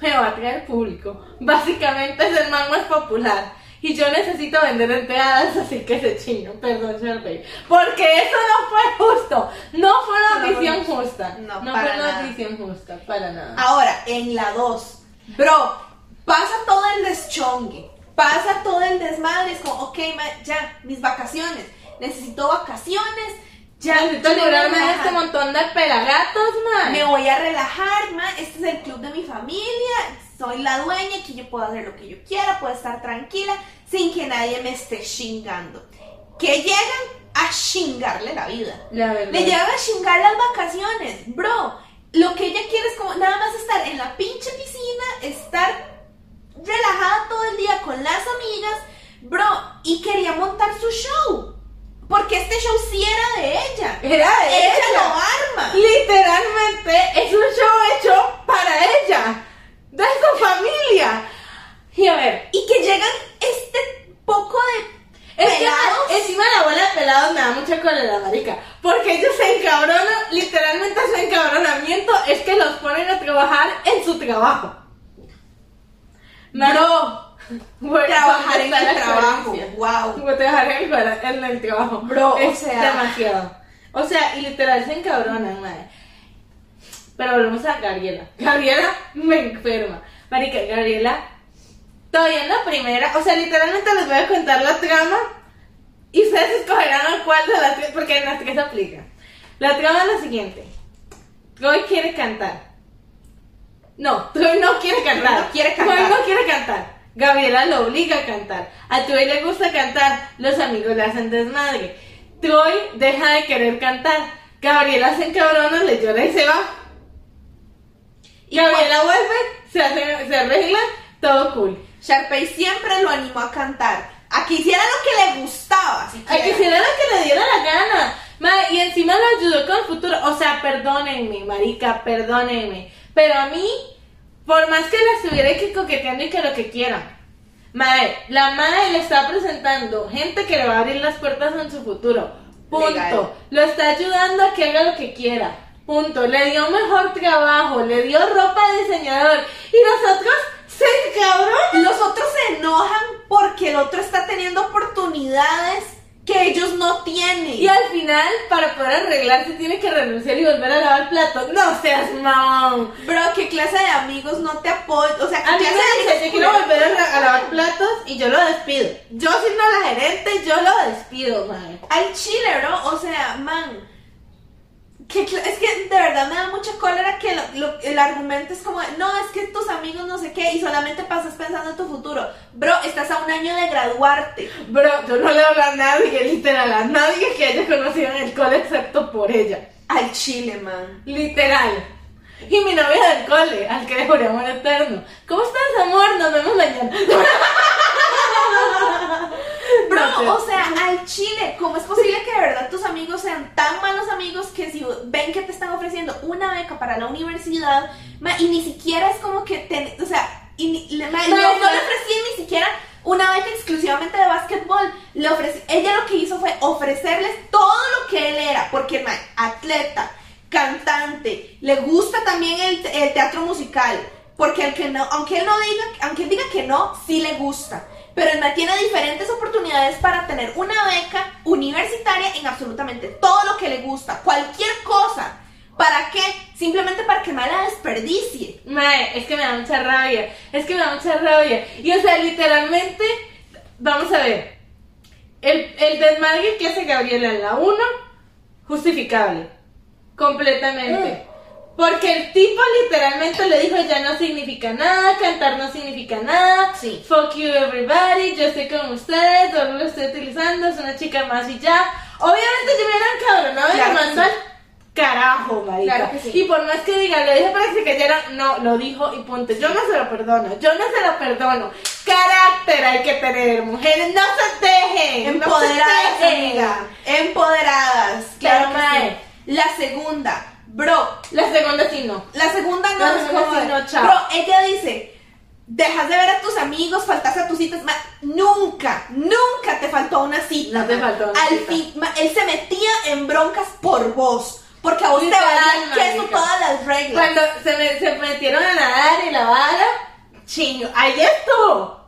[SPEAKER 1] me va a crear el público. Básicamente es el man más popular. Y yo necesito vender entradas, así que se chino, perdón, Sharpay. Porque eso no fue justo. No fue una
[SPEAKER 2] No,
[SPEAKER 1] audición
[SPEAKER 2] no,
[SPEAKER 1] justa.
[SPEAKER 2] no,
[SPEAKER 1] fue
[SPEAKER 2] para
[SPEAKER 1] una
[SPEAKER 2] nada. Ah,
[SPEAKER 1] audición justa, para nada.
[SPEAKER 2] Ahora, en la 2, bro, pasa todo el deschongue, pasa todo el desmadre, es como, ok, ma, ya, mis vacaciones, necesito vacaciones, ya,
[SPEAKER 1] Ya, necesito
[SPEAKER 2] yo me voy a
[SPEAKER 1] librarme de este
[SPEAKER 2] relajar.
[SPEAKER 1] montón de pelagatos, man.
[SPEAKER 2] me voy a relajar, ma, este es el club de mi familia, soy la dueña, aquí yo puedo hacer lo que yo quiera, puedo estar tranquila, sin que nadie me esté chingando. Que llegan a chingarle la vida.
[SPEAKER 1] La verdad.
[SPEAKER 2] Le llegan a chingar las vacaciones, bro. Lo que ella quiere es como nada más estar en la pinche piscina, estar relajada todo el día con las amigas, bro. Y quería montar su show. Porque este show sí era de ella.
[SPEAKER 1] Era de
[SPEAKER 2] ella.
[SPEAKER 1] ella.
[SPEAKER 2] lo arma.
[SPEAKER 1] Literalmente es un show hecho para ella, de su familia. Y a ver,
[SPEAKER 2] Y que llegan este poco de
[SPEAKER 1] es que
[SPEAKER 2] pelados.
[SPEAKER 1] encima la bola de pelados me da mucha cólera, marica. Porque ellos se encabronan, literalmente su encabronamiento es que los ponen a trabajar en su trabajo.
[SPEAKER 2] Bro,
[SPEAKER 1] Bueno,
[SPEAKER 2] trabajar en
[SPEAKER 1] está
[SPEAKER 2] el
[SPEAKER 1] la
[SPEAKER 2] trabajo.
[SPEAKER 1] diferencia.
[SPEAKER 2] Wow.
[SPEAKER 1] Como te dejaré en el, en el trabajo.
[SPEAKER 2] Bro, o
[SPEAKER 1] es
[SPEAKER 2] sea.
[SPEAKER 1] demasiado. O sea, y literal se encabronan, madre. Pero volvemos a Gabriela. Gabriela me enferma. Marica, Gabriela, todavía en la primera, o sea, literalmente les voy a contar la trama y ustedes escogerán a cuál de las tres, porque en las tres aplica. La trama es la siguiente. Troy quiere cantar. No, Troy no quiere cantar.
[SPEAKER 2] no quiere cantar.
[SPEAKER 1] Troy no quiere cantar. Gabriela lo obliga a cantar. A Troy le gusta cantar. Los amigos le hacen desmadre. Troy deja de querer cantar. Gabriela se encabrona, le llora y se va. Y Gabriela vuelve, se, hace, se arregla, todo cool.
[SPEAKER 2] Sharpay siempre lo animó a cantar. A que hiciera lo que le gustaba. si
[SPEAKER 1] A que
[SPEAKER 2] quiera.
[SPEAKER 1] si era la que le diera la gana. Ma, y encima lo ayudó con el futuro. O sea, perdónenme, marica, perdónenme. Pero a mí, por más que la estuviera que coqueteando y que lo que quieran. Madre, la madre le está presentando gente que le va a abrir las puertas en su futuro. Punto.
[SPEAKER 2] Legal.
[SPEAKER 1] Lo está ayudando a que haga lo que quiera. Punto. Le dio mejor trabajo, le dio ropa de diseñador. Y nosotros, se cabrón.
[SPEAKER 2] Los otros se enojan porque el otro está teniendo oportunidades que ellos no tienen.
[SPEAKER 1] Y al final, para poder arreglarse, tiene que renunciar y volver a lavar platos. ¡No seas mamón!
[SPEAKER 2] Bro, ¿qué clase de amigos no te apoyan? O sea, ¿qué
[SPEAKER 1] A mí
[SPEAKER 2] clase de
[SPEAKER 1] me dice,
[SPEAKER 2] amigos
[SPEAKER 1] yo quiero
[SPEAKER 2] culeros?
[SPEAKER 1] volver a, la- a lavar platos y yo lo despido. Yo siendo la gerente, yo lo despido, madre.
[SPEAKER 2] Al chile, bro. O sea, man. ¿qué cla- es que de verdad me da mucha cólera que lo- lo- el argumento es como, no, es que tus amigos no sé qué y solamente pasas pensando en tu futuro. Bro, estás a un año de graduarte.
[SPEAKER 1] Bro, yo no le hablo a nadie, literal, a nadie que haya conocido en el cole excepto por ella.
[SPEAKER 2] Al chile, man.
[SPEAKER 1] Literal. Y mi novia del cole, al que le juré amor eterno. ¿Cómo estás, amor? Nos vemos mañana.
[SPEAKER 2] Bro,
[SPEAKER 1] No sé.
[SPEAKER 2] o sea, al chile, ¿cómo es posible que de verdad tus amigos sean tan malos amigos que si ven que te están ofreciendo una beca para la universidad ma, y ni siquiera es como que, te, o sea, y ni- le- ma,
[SPEAKER 1] No,
[SPEAKER 2] le- no,
[SPEAKER 1] ma.
[SPEAKER 2] le ofrecí ni siquiera una beca exclusivamente de básquetbol, le ofrecí, ella lo que hizo fue ofrecerles todo lo que él era, porque el ma, atleta, cantante, le gusta también el, te- el teatro musical, porque al que no, aunque él no diga, aunque él diga que no, sí le gusta. Pero el mae tiene diferentes oportunidades para tener una beca universitaria en absolutamente todo lo que le gusta, cualquier cosa. ¿Para qué? Simplemente para que mae la desperdicie.
[SPEAKER 1] Mae, es que me da mucha rabia, es que me da mucha rabia. Y o sea, literalmente, vamos a ver, el, el desmadre que hace Gabriela en la 1, justificable,
[SPEAKER 2] Mm.
[SPEAKER 1] completamente. Porque el tipo literalmente le dijo, ya no significa nada, cantar no significa nada,
[SPEAKER 2] Sí.
[SPEAKER 1] fuck you everybody, yo estoy con ustedes, solo lo estoy utilizando, es una chica más y ya. Obviamente yo me hubiera encabronado
[SPEAKER 2] Claro
[SPEAKER 1] y
[SPEAKER 2] que
[SPEAKER 1] mandó
[SPEAKER 2] sí.
[SPEAKER 1] al carajo, marica.
[SPEAKER 2] Claro que sí.
[SPEAKER 1] Y por más que diga, lo dije para que se cayeran, no, lo dijo y punto. Yo no se lo perdono, yo no se lo perdono. Carácter hay que tener, mujeres, no se dejen. no se
[SPEAKER 2] Empoderadas,
[SPEAKER 1] dejen.
[SPEAKER 2] amiga. Empoderadas. Claro,
[SPEAKER 1] Pero,
[SPEAKER 2] que
[SPEAKER 1] mae.
[SPEAKER 2] sí. La segunda, bro.
[SPEAKER 1] La segunda sí no.
[SPEAKER 2] La segunda no,
[SPEAKER 1] La
[SPEAKER 2] es
[SPEAKER 1] segunda
[SPEAKER 2] como
[SPEAKER 1] sí,
[SPEAKER 2] de-
[SPEAKER 1] no, chao.
[SPEAKER 2] Bro, ella dice, dejas de ver a tus amigos, faltas a tus citas. ma, nunca, nunca te faltó una cita.
[SPEAKER 1] No te faltó una
[SPEAKER 2] Al
[SPEAKER 1] cita.
[SPEAKER 2] fin, ma, él se metía en broncas por vos. Porque a vos te
[SPEAKER 1] Literal,
[SPEAKER 2] valían queso
[SPEAKER 1] marica.
[SPEAKER 2] todas las reglas.
[SPEAKER 1] Cuando se, me- se metieron a nadar y la vara, chingo, ahí estuvo.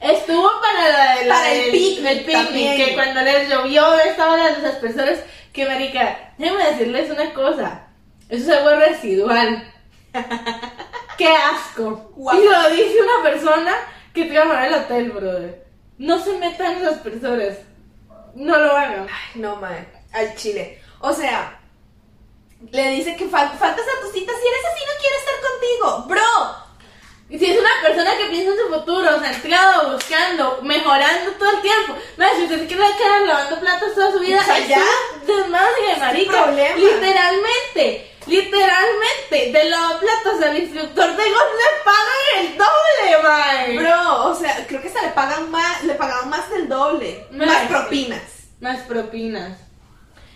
[SPEAKER 1] Estuvo para la, la-
[SPEAKER 2] Para el picnic
[SPEAKER 1] el picnic,
[SPEAKER 2] también.
[SPEAKER 1] que cuando les llovió estaban las, las personas que marica, déjenme decirles una cosa, eso es algo residual. Qué asco.
[SPEAKER 2] Guau.
[SPEAKER 1] Y lo dice una persona que trabaja en el hotel, brother. No se metan esas personas. No lo hagan.
[SPEAKER 2] Ay, No, mae, al chile. O sea, le dice que fal- faltas a tus citas y eres así, no quiero estar contigo. Bro,
[SPEAKER 1] Y si es una persona que piensa en su futuro, centrado, buscando, mejorando todo el tiempo. No, si usted se quiere quedar lavando platos toda su vida,
[SPEAKER 2] O sea,
[SPEAKER 1] es
[SPEAKER 2] ya.
[SPEAKER 1] un desmadre, marica.
[SPEAKER 2] problema.
[SPEAKER 1] Literalmente, literalmente, de lavar platos al instructor de golf le pagan el doble, mae.
[SPEAKER 2] Bro, o sea, creo que se le pagan más, le pagaban más del doble,
[SPEAKER 1] Mae,
[SPEAKER 2] más
[SPEAKER 1] sí.
[SPEAKER 2] propinas.
[SPEAKER 1] Más propinas.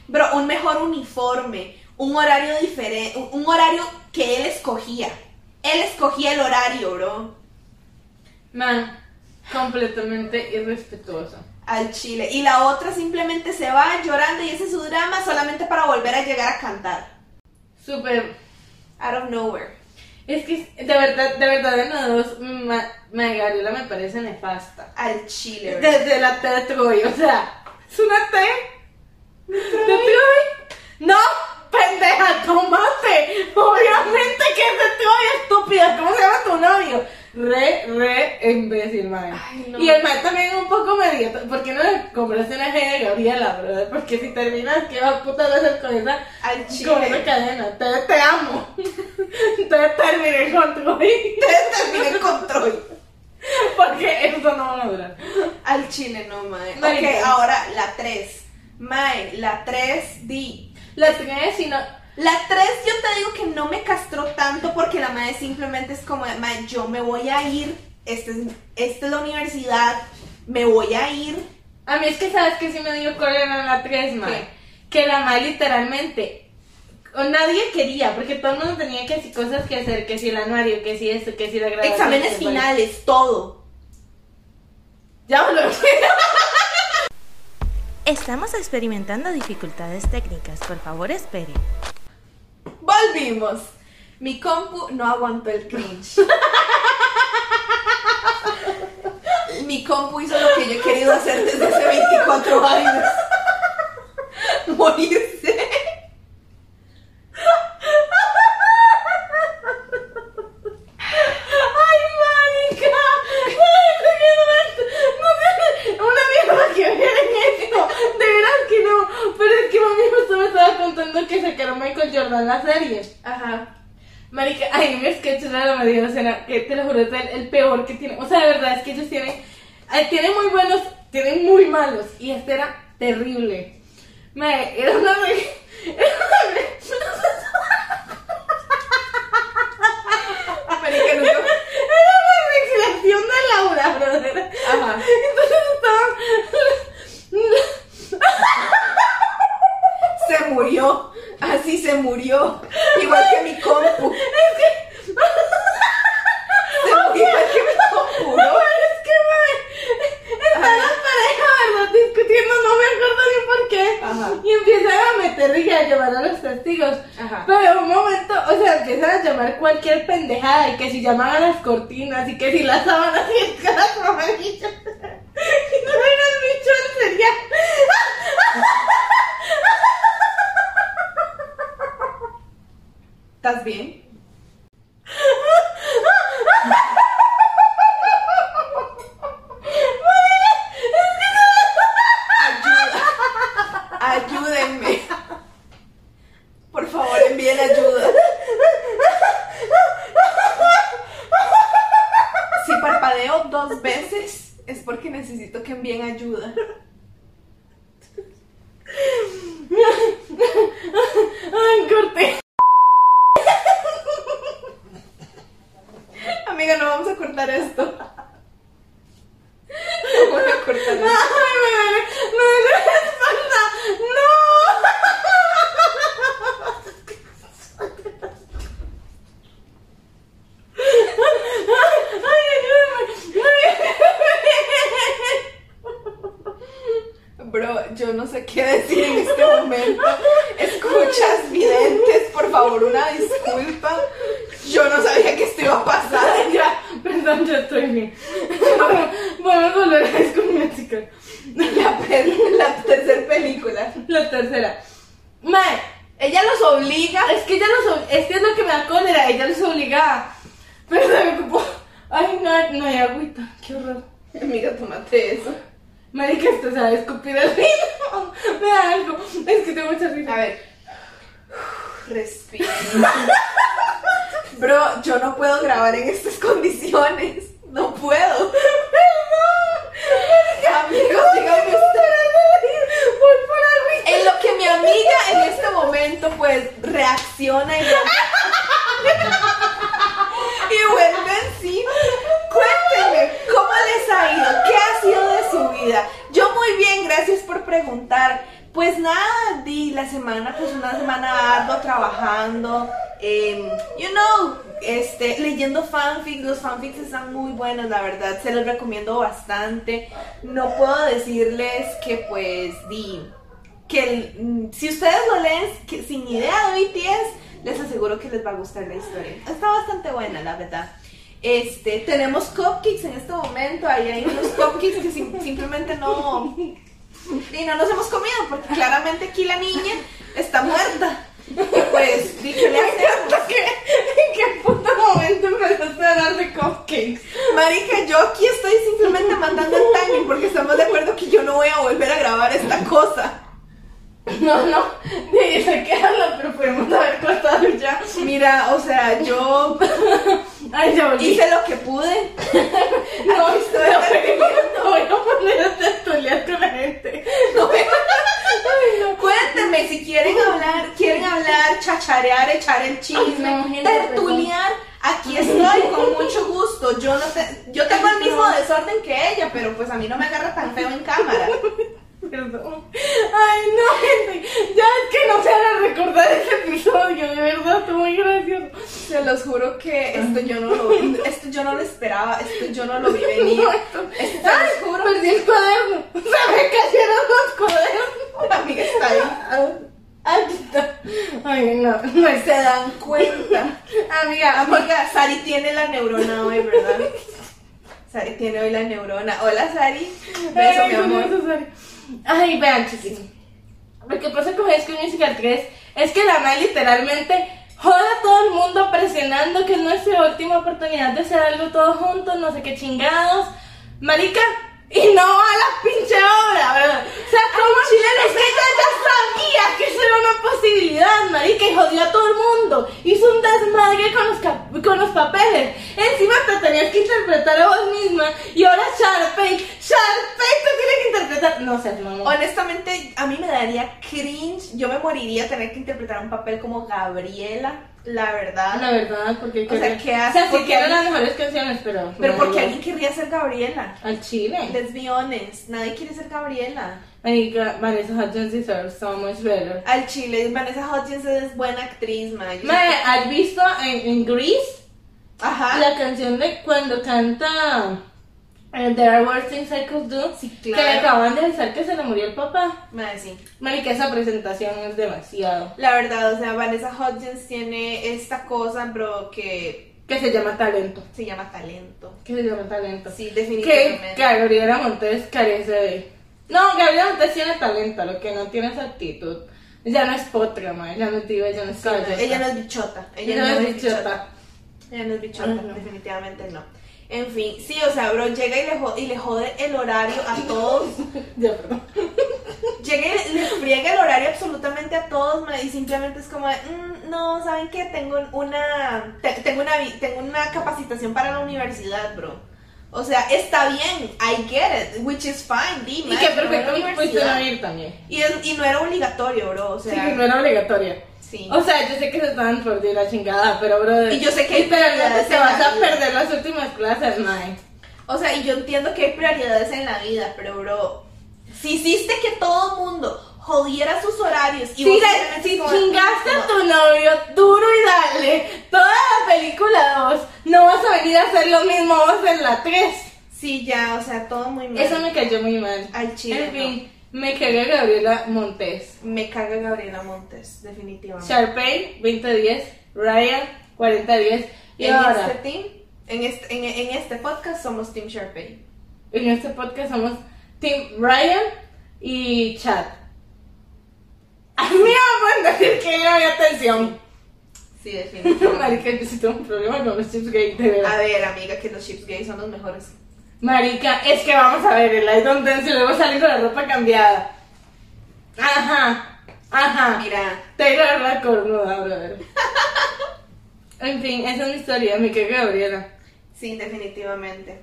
[SPEAKER 2] Bro, un mejor uniforme, un horario diferente, un horario que él escogía. Él escogía el horario, bro,
[SPEAKER 1] Man, completamente irrespetuoso.
[SPEAKER 2] al Chile. Y la otra simplemente se va llorando y ese es su drama solamente para volver a llegar a cantar.
[SPEAKER 1] Súper.
[SPEAKER 2] Out of nowhere.
[SPEAKER 1] Es que, de verdad, de verdad, de nudos, ma, ma Gabriela me parece nefasta.
[SPEAKER 2] Al Chile, bro.
[SPEAKER 1] Desde la T de Troy, o sea, es una T de Troy. No, pendeja, tomate. Obviamente que es de Troy, estúpida. ¿Cómo se llama tu novio? Re, re imbécil, madre.
[SPEAKER 2] Ay, no.
[SPEAKER 1] Y el mal también un poco medio. ¿Por qué no le compraste una G de Gabriela, brother? Porque si terminas, ¿qué va puta vas a hacer con esa,
[SPEAKER 2] Al
[SPEAKER 1] con esa
[SPEAKER 2] Chile.
[SPEAKER 1] cadena? Te, te amo. Te terminé con Troy.
[SPEAKER 2] Terminé con Troy.
[SPEAKER 1] Porque eso no va a durar.
[SPEAKER 2] Al chile no, mae.
[SPEAKER 1] Marica.
[SPEAKER 2] Ok, ahora la 3. Mae, la 3D.
[SPEAKER 1] La tenía eh, si no.
[SPEAKER 2] La 3 yo te digo que no me castró tanto porque la mae simplemente es como, mae, yo me voy a ir, esta es, esta es la universidad, me voy a ir.
[SPEAKER 1] A mí es que sabes que sí me dio cólera en la 3,
[SPEAKER 2] ¿Qué?
[SPEAKER 1] mae. Que la mae literalmente. o Nadie quería, porque todo el mundo tenía que si cosas que hacer, que si el anuario, que si esto, que si la grabación.
[SPEAKER 2] Exámenes
[SPEAKER 1] que si-
[SPEAKER 2] finales, todo.
[SPEAKER 1] Ya me lo
[SPEAKER 3] Estamos experimentando dificultades técnicas, por favor espere.
[SPEAKER 2] Volvimos. Mi compu no aguantó el cringe. Mi compu hizo lo que yo he querido hacer desde hace 24 años. Morirse.
[SPEAKER 1] ¡Ay, marica! ¡Ay, no quiero ver! No sé, una mierda que vieran esto. De veras que no. Pero es que mami justo me estaba contando que sacaron Michael Jordan la serie.
[SPEAKER 2] Ajá.
[SPEAKER 1] Marica, ay, me sketch de la María Docena, que te lo juro, es el, el peor que tiene. O sea, de verdad es que ellos tienen, eh, tienen muy buenos, tienen muy malos. Y este era terrible. Me, era una. Era
[SPEAKER 2] Marica, nunca-
[SPEAKER 1] una mezclación de Laura, brother.
[SPEAKER 2] Ajá.
[SPEAKER 1] Entonces estaban.
[SPEAKER 2] Se murió. Así se murió. Igual que mi compu. Se murió igual que mi compu,
[SPEAKER 1] No,
[SPEAKER 2] ¿no?
[SPEAKER 1] es que, mae, está la pareja, ¿verdad? Discutiendo, no me acuerdo ni por qué.
[SPEAKER 2] Ajá.
[SPEAKER 1] Y empiezan a meter y a llevar a los testigos. Pero un momento, o sea, empiezan a llamar cualquier pendejada. Y que si llamaban las cortinas, y que si las sábanas, y el carajo amarillo. Y no era el bicho del cereal.
[SPEAKER 2] ¿Estás bien? Ayúdenme. Por favor, envíen ayuda. Si parpadeo dos veces es porque necesito que envíen ayuda.
[SPEAKER 1] Ay, corté.
[SPEAKER 2] Amiga, no vamos a cortar esto. No voy a
[SPEAKER 1] Ay,
[SPEAKER 2] cortar
[SPEAKER 1] me
[SPEAKER 2] esto.
[SPEAKER 1] duele, me duele la espalda. No. Ay, ayúdame.
[SPEAKER 2] Bro, yo no sé qué decir en este momento. Escuchas, videntes, por favor, una disculpa. Yo no sabía que esto iba a pasar.
[SPEAKER 1] Ay, ya, perdón, yo estoy bien. Bueno, volver a esconder, chicas.
[SPEAKER 2] La, pe- la tercera película.
[SPEAKER 1] La tercera. Mae,
[SPEAKER 2] Ella los obliga.
[SPEAKER 1] es que ella los ob- es que es lo que me da cólera, ella los obligaba. Pero se me ocupó. Ay, no, no hay agüita, qué horror.
[SPEAKER 2] Amiga, tómate eso.
[SPEAKER 1] Marica, esto se va a escupir el vino. Me da algo. Es que tengo mucha risa.
[SPEAKER 2] A ver. Respira. Bro, yo no puedo grabar en estas condiciones. No puedo. Amigos, díganme ustedes. En lo que mi amiga en este momento pues reacciona y, y vuelve en sí. Cuéntenme, ¿cómo les ha ido? ¿Qué ha sido de su vida? Yo muy bien, gracias por preguntar. Pues nada, di la semana, pues una semana ardua trabajando, em, you know, este, leyendo fanfics, los fanfics están muy buenos, la verdad, se los recomiendo bastante. No puedo decirles que pues di, que el- mm, si ustedes lo leen que- sin idea de BTS, les aseguro que les va a gustar la historia. Está bastante buena, la verdad. Este, tenemos cupcakes en este momento, ahí hay unos cupcakes que sim- simplemente no... Y no nos hemos comido porque claramente aquí la niña está muerta. Y pues, di, ¿qué le hacemos?
[SPEAKER 1] ¿Qué? ¿En qué puto momento empezaste a hablar de cupcakes?
[SPEAKER 2] Marica, yo aquí estoy simplemente mandando el timing porque estamos de acuerdo que yo no voy a volver a grabar esta cosa.
[SPEAKER 1] No, no. De ahí se quedarla, pero podemos haber cortado ya.
[SPEAKER 2] Mira, o sea, yo
[SPEAKER 1] Ay, ya volví.
[SPEAKER 2] hice lo que pude.
[SPEAKER 1] No,
[SPEAKER 2] Aquí estoy
[SPEAKER 1] no, pero no voy a poner a tertuliar con la gente.
[SPEAKER 2] Cuéntenme si quieren hablar, quieren hablar, chacharear, echar el
[SPEAKER 1] Ay,
[SPEAKER 2] chisme,
[SPEAKER 1] no, gente,
[SPEAKER 2] tertuliar. Aquí estoy con mucho gusto. Yo no te- yo tengo el mismo
[SPEAKER 1] No.
[SPEAKER 2] desorden que ella, pero pues a mí no me agarra tan feo en cámara.
[SPEAKER 1] Perdón. Ay, no, gente. Ya es que no se van a recordar ese episodio. De verdad, estuvo muy gracioso.
[SPEAKER 2] Se los juro que esto yo no lo, esto yo no lo esperaba, esto yo no lo vi venir. Esto se los juro.
[SPEAKER 1] Perdí el cuaderno. Se me cayeron los cuadernos. Ah,
[SPEAKER 2] Amiga, está ahí.
[SPEAKER 1] Aquí está. Ay, no. no es-
[SPEAKER 2] Se dan cuenta. Amiga, amiga, Sari tiene la neurona hoy, ¿verdad? Sari tiene hoy la neurona. Hola, Sari. Beso,
[SPEAKER 1] Ay,
[SPEAKER 2] mi
[SPEAKER 1] con
[SPEAKER 2] amor.
[SPEAKER 1] eso sale. Ay, vean, chicos. Lo que pasa con High School Musical 3 es que la madre literalmente joda a todo el mundo presionando que es nuestra última oportunidad de hacer algo todos juntos, no sé qué chingados. Marica, y no a la pinche obra, ¿verdad? O sea, como Chile ella ya sabía que eso era una posibilidad, marica, y jodió a todo el mundo. Hizo un desmadre con los, cap- con los papeles. Encima te tenías que interpretar a vos misma, y ahora Sharpay, Sharpay te tiene que interpretar. No seas mamón.
[SPEAKER 2] Honestamente, a mí me daría cringe. Yo me moriría tener que interpretar un papel como Gabriela, la verdad.
[SPEAKER 1] Ah, La verdad, porque
[SPEAKER 2] O sea, ¿qué hace?
[SPEAKER 1] O sea, sí
[SPEAKER 2] Porque
[SPEAKER 1] que eran las
[SPEAKER 2] alguien-
[SPEAKER 1] mejores canciones, pero.
[SPEAKER 2] Pero
[SPEAKER 1] no,
[SPEAKER 2] porque
[SPEAKER 1] no.
[SPEAKER 2] alguien querría ser Gabriela.
[SPEAKER 1] Al chile.
[SPEAKER 2] Let's be honest, nadie quiere ser Gabriela.
[SPEAKER 1] Marica, Vanessa Hudgens deserves so much better.
[SPEAKER 2] Al chile, Vanessa Hudgens es buena actriz, ma. Yo-
[SPEAKER 1] Mae, ¿has visto en, en Grease
[SPEAKER 2] Ajá.
[SPEAKER 1] la canción de cuando canta And there are worse things I could do.
[SPEAKER 2] Sí,
[SPEAKER 1] Que le
[SPEAKER 2] claro.
[SPEAKER 1] acaban de avisar que se le murió el papá.
[SPEAKER 2] Madre, sí.
[SPEAKER 1] Marica, esa presentación es demasiado.
[SPEAKER 2] La verdad, o sea, Vanessa Hudgens tiene esta cosa, bro, que
[SPEAKER 1] Que se llama talento.
[SPEAKER 2] se llama talento.
[SPEAKER 1] Que se llama talento.
[SPEAKER 2] Sí,
[SPEAKER 1] que
[SPEAKER 2] definitivamente.
[SPEAKER 1] Gabriela Montes carece de. No, Gabriela Montes tiene talento, lo que no tiene es actitud. Ya no es potra, ma, ya no es diva, ya no es
[SPEAKER 2] Sí, no,
[SPEAKER 1] cabeza.
[SPEAKER 2] ella no es bichota. Ella
[SPEAKER 1] Ella no es bichota.
[SPEAKER 2] Ella no es bichota,
[SPEAKER 1] Ah, no.
[SPEAKER 2] definitivamente no. En fin, sí, o sea, bro, llega y le, jo- y le jode el horario a todos.
[SPEAKER 1] Ya, perdón.
[SPEAKER 2] llega y le friega el horario absolutamente a todos, ma, y simplemente es como, de, "Mm, no, ¿saben qué? Tengo una, te- tengo, una vi- tengo una capacitación para la universidad, bro. O sea, está bien, I get it, which is fine, dime.
[SPEAKER 1] Y pues que perfecto me fuiste a
[SPEAKER 2] universidad.
[SPEAKER 1] ir también.
[SPEAKER 2] Y, es- y no era obligatorio, bro, o
[SPEAKER 1] Sí,
[SPEAKER 2] sea.
[SPEAKER 1] que no era obligatoria.
[SPEAKER 2] sí.
[SPEAKER 1] O sea, yo sé que se estaban por ir la chingada, pero brother.
[SPEAKER 2] Y yo sé que hay
[SPEAKER 1] literalmente
[SPEAKER 2] prioridades
[SPEAKER 1] te
[SPEAKER 2] en
[SPEAKER 1] vas
[SPEAKER 2] la
[SPEAKER 1] a
[SPEAKER 2] vida.
[SPEAKER 1] perder las últimas clases, mae.
[SPEAKER 2] O sea, y yo entiendo que hay prioridades en la vida, pero bro, si hiciste que todo el mundo jodiera sus horarios
[SPEAKER 1] Si,
[SPEAKER 2] y vos
[SPEAKER 1] te-
[SPEAKER 2] simplemente
[SPEAKER 1] si
[SPEAKER 2] como-
[SPEAKER 1] chingaste a
[SPEAKER 2] como-
[SPEAKER 1] tu novio duro y dale toda la película 2, no vas a venir a hacer lo mismo vos en la 3.
[SPEAKER 2] Sí, ya, o sea, todo muy mal.
[SPEAKER 1] Eso me cayó muy mal.
[SPEAKER 2] Al chile,
[SPEAKER 1] En fin, me cagué Gabriela Montes.
[SPEAKER 2] Me caga Gabriela Montes, definitivamente.
[SPEAKER 1] Sharpay, 2010. Ryan, 4010. Y
[SPEAKER 2] en
[SPEAKER 1] ahora,
[SPEAKER 2] este team, en este, en, en este podcast somos Team Sharpay.
[SPEAKER 1] en este podcast somos Team Ryan y Chad. A mí no me pueden decir que no había atención.
[SPEAKER 2] Sí, definitivamente.
[SPEAKER 1] Marica, yo sí tengo un problema con los chips gay, de verdad.
[SPEAKER 2] A ver, amiga, que los chips gays son los mejores.
[SPEAKER 1] Marica, es que vamos a ver, el I don't dance y luego salir con la ropa cambiada. Ajá, ajá.
[SPEAKER 2] Mira,
[SPEAKER 1] Taylor la cornuda, brother. En fin, esa es mi historia, mi que Gabriela.
[SPEAKER 2] sí, definitivamente.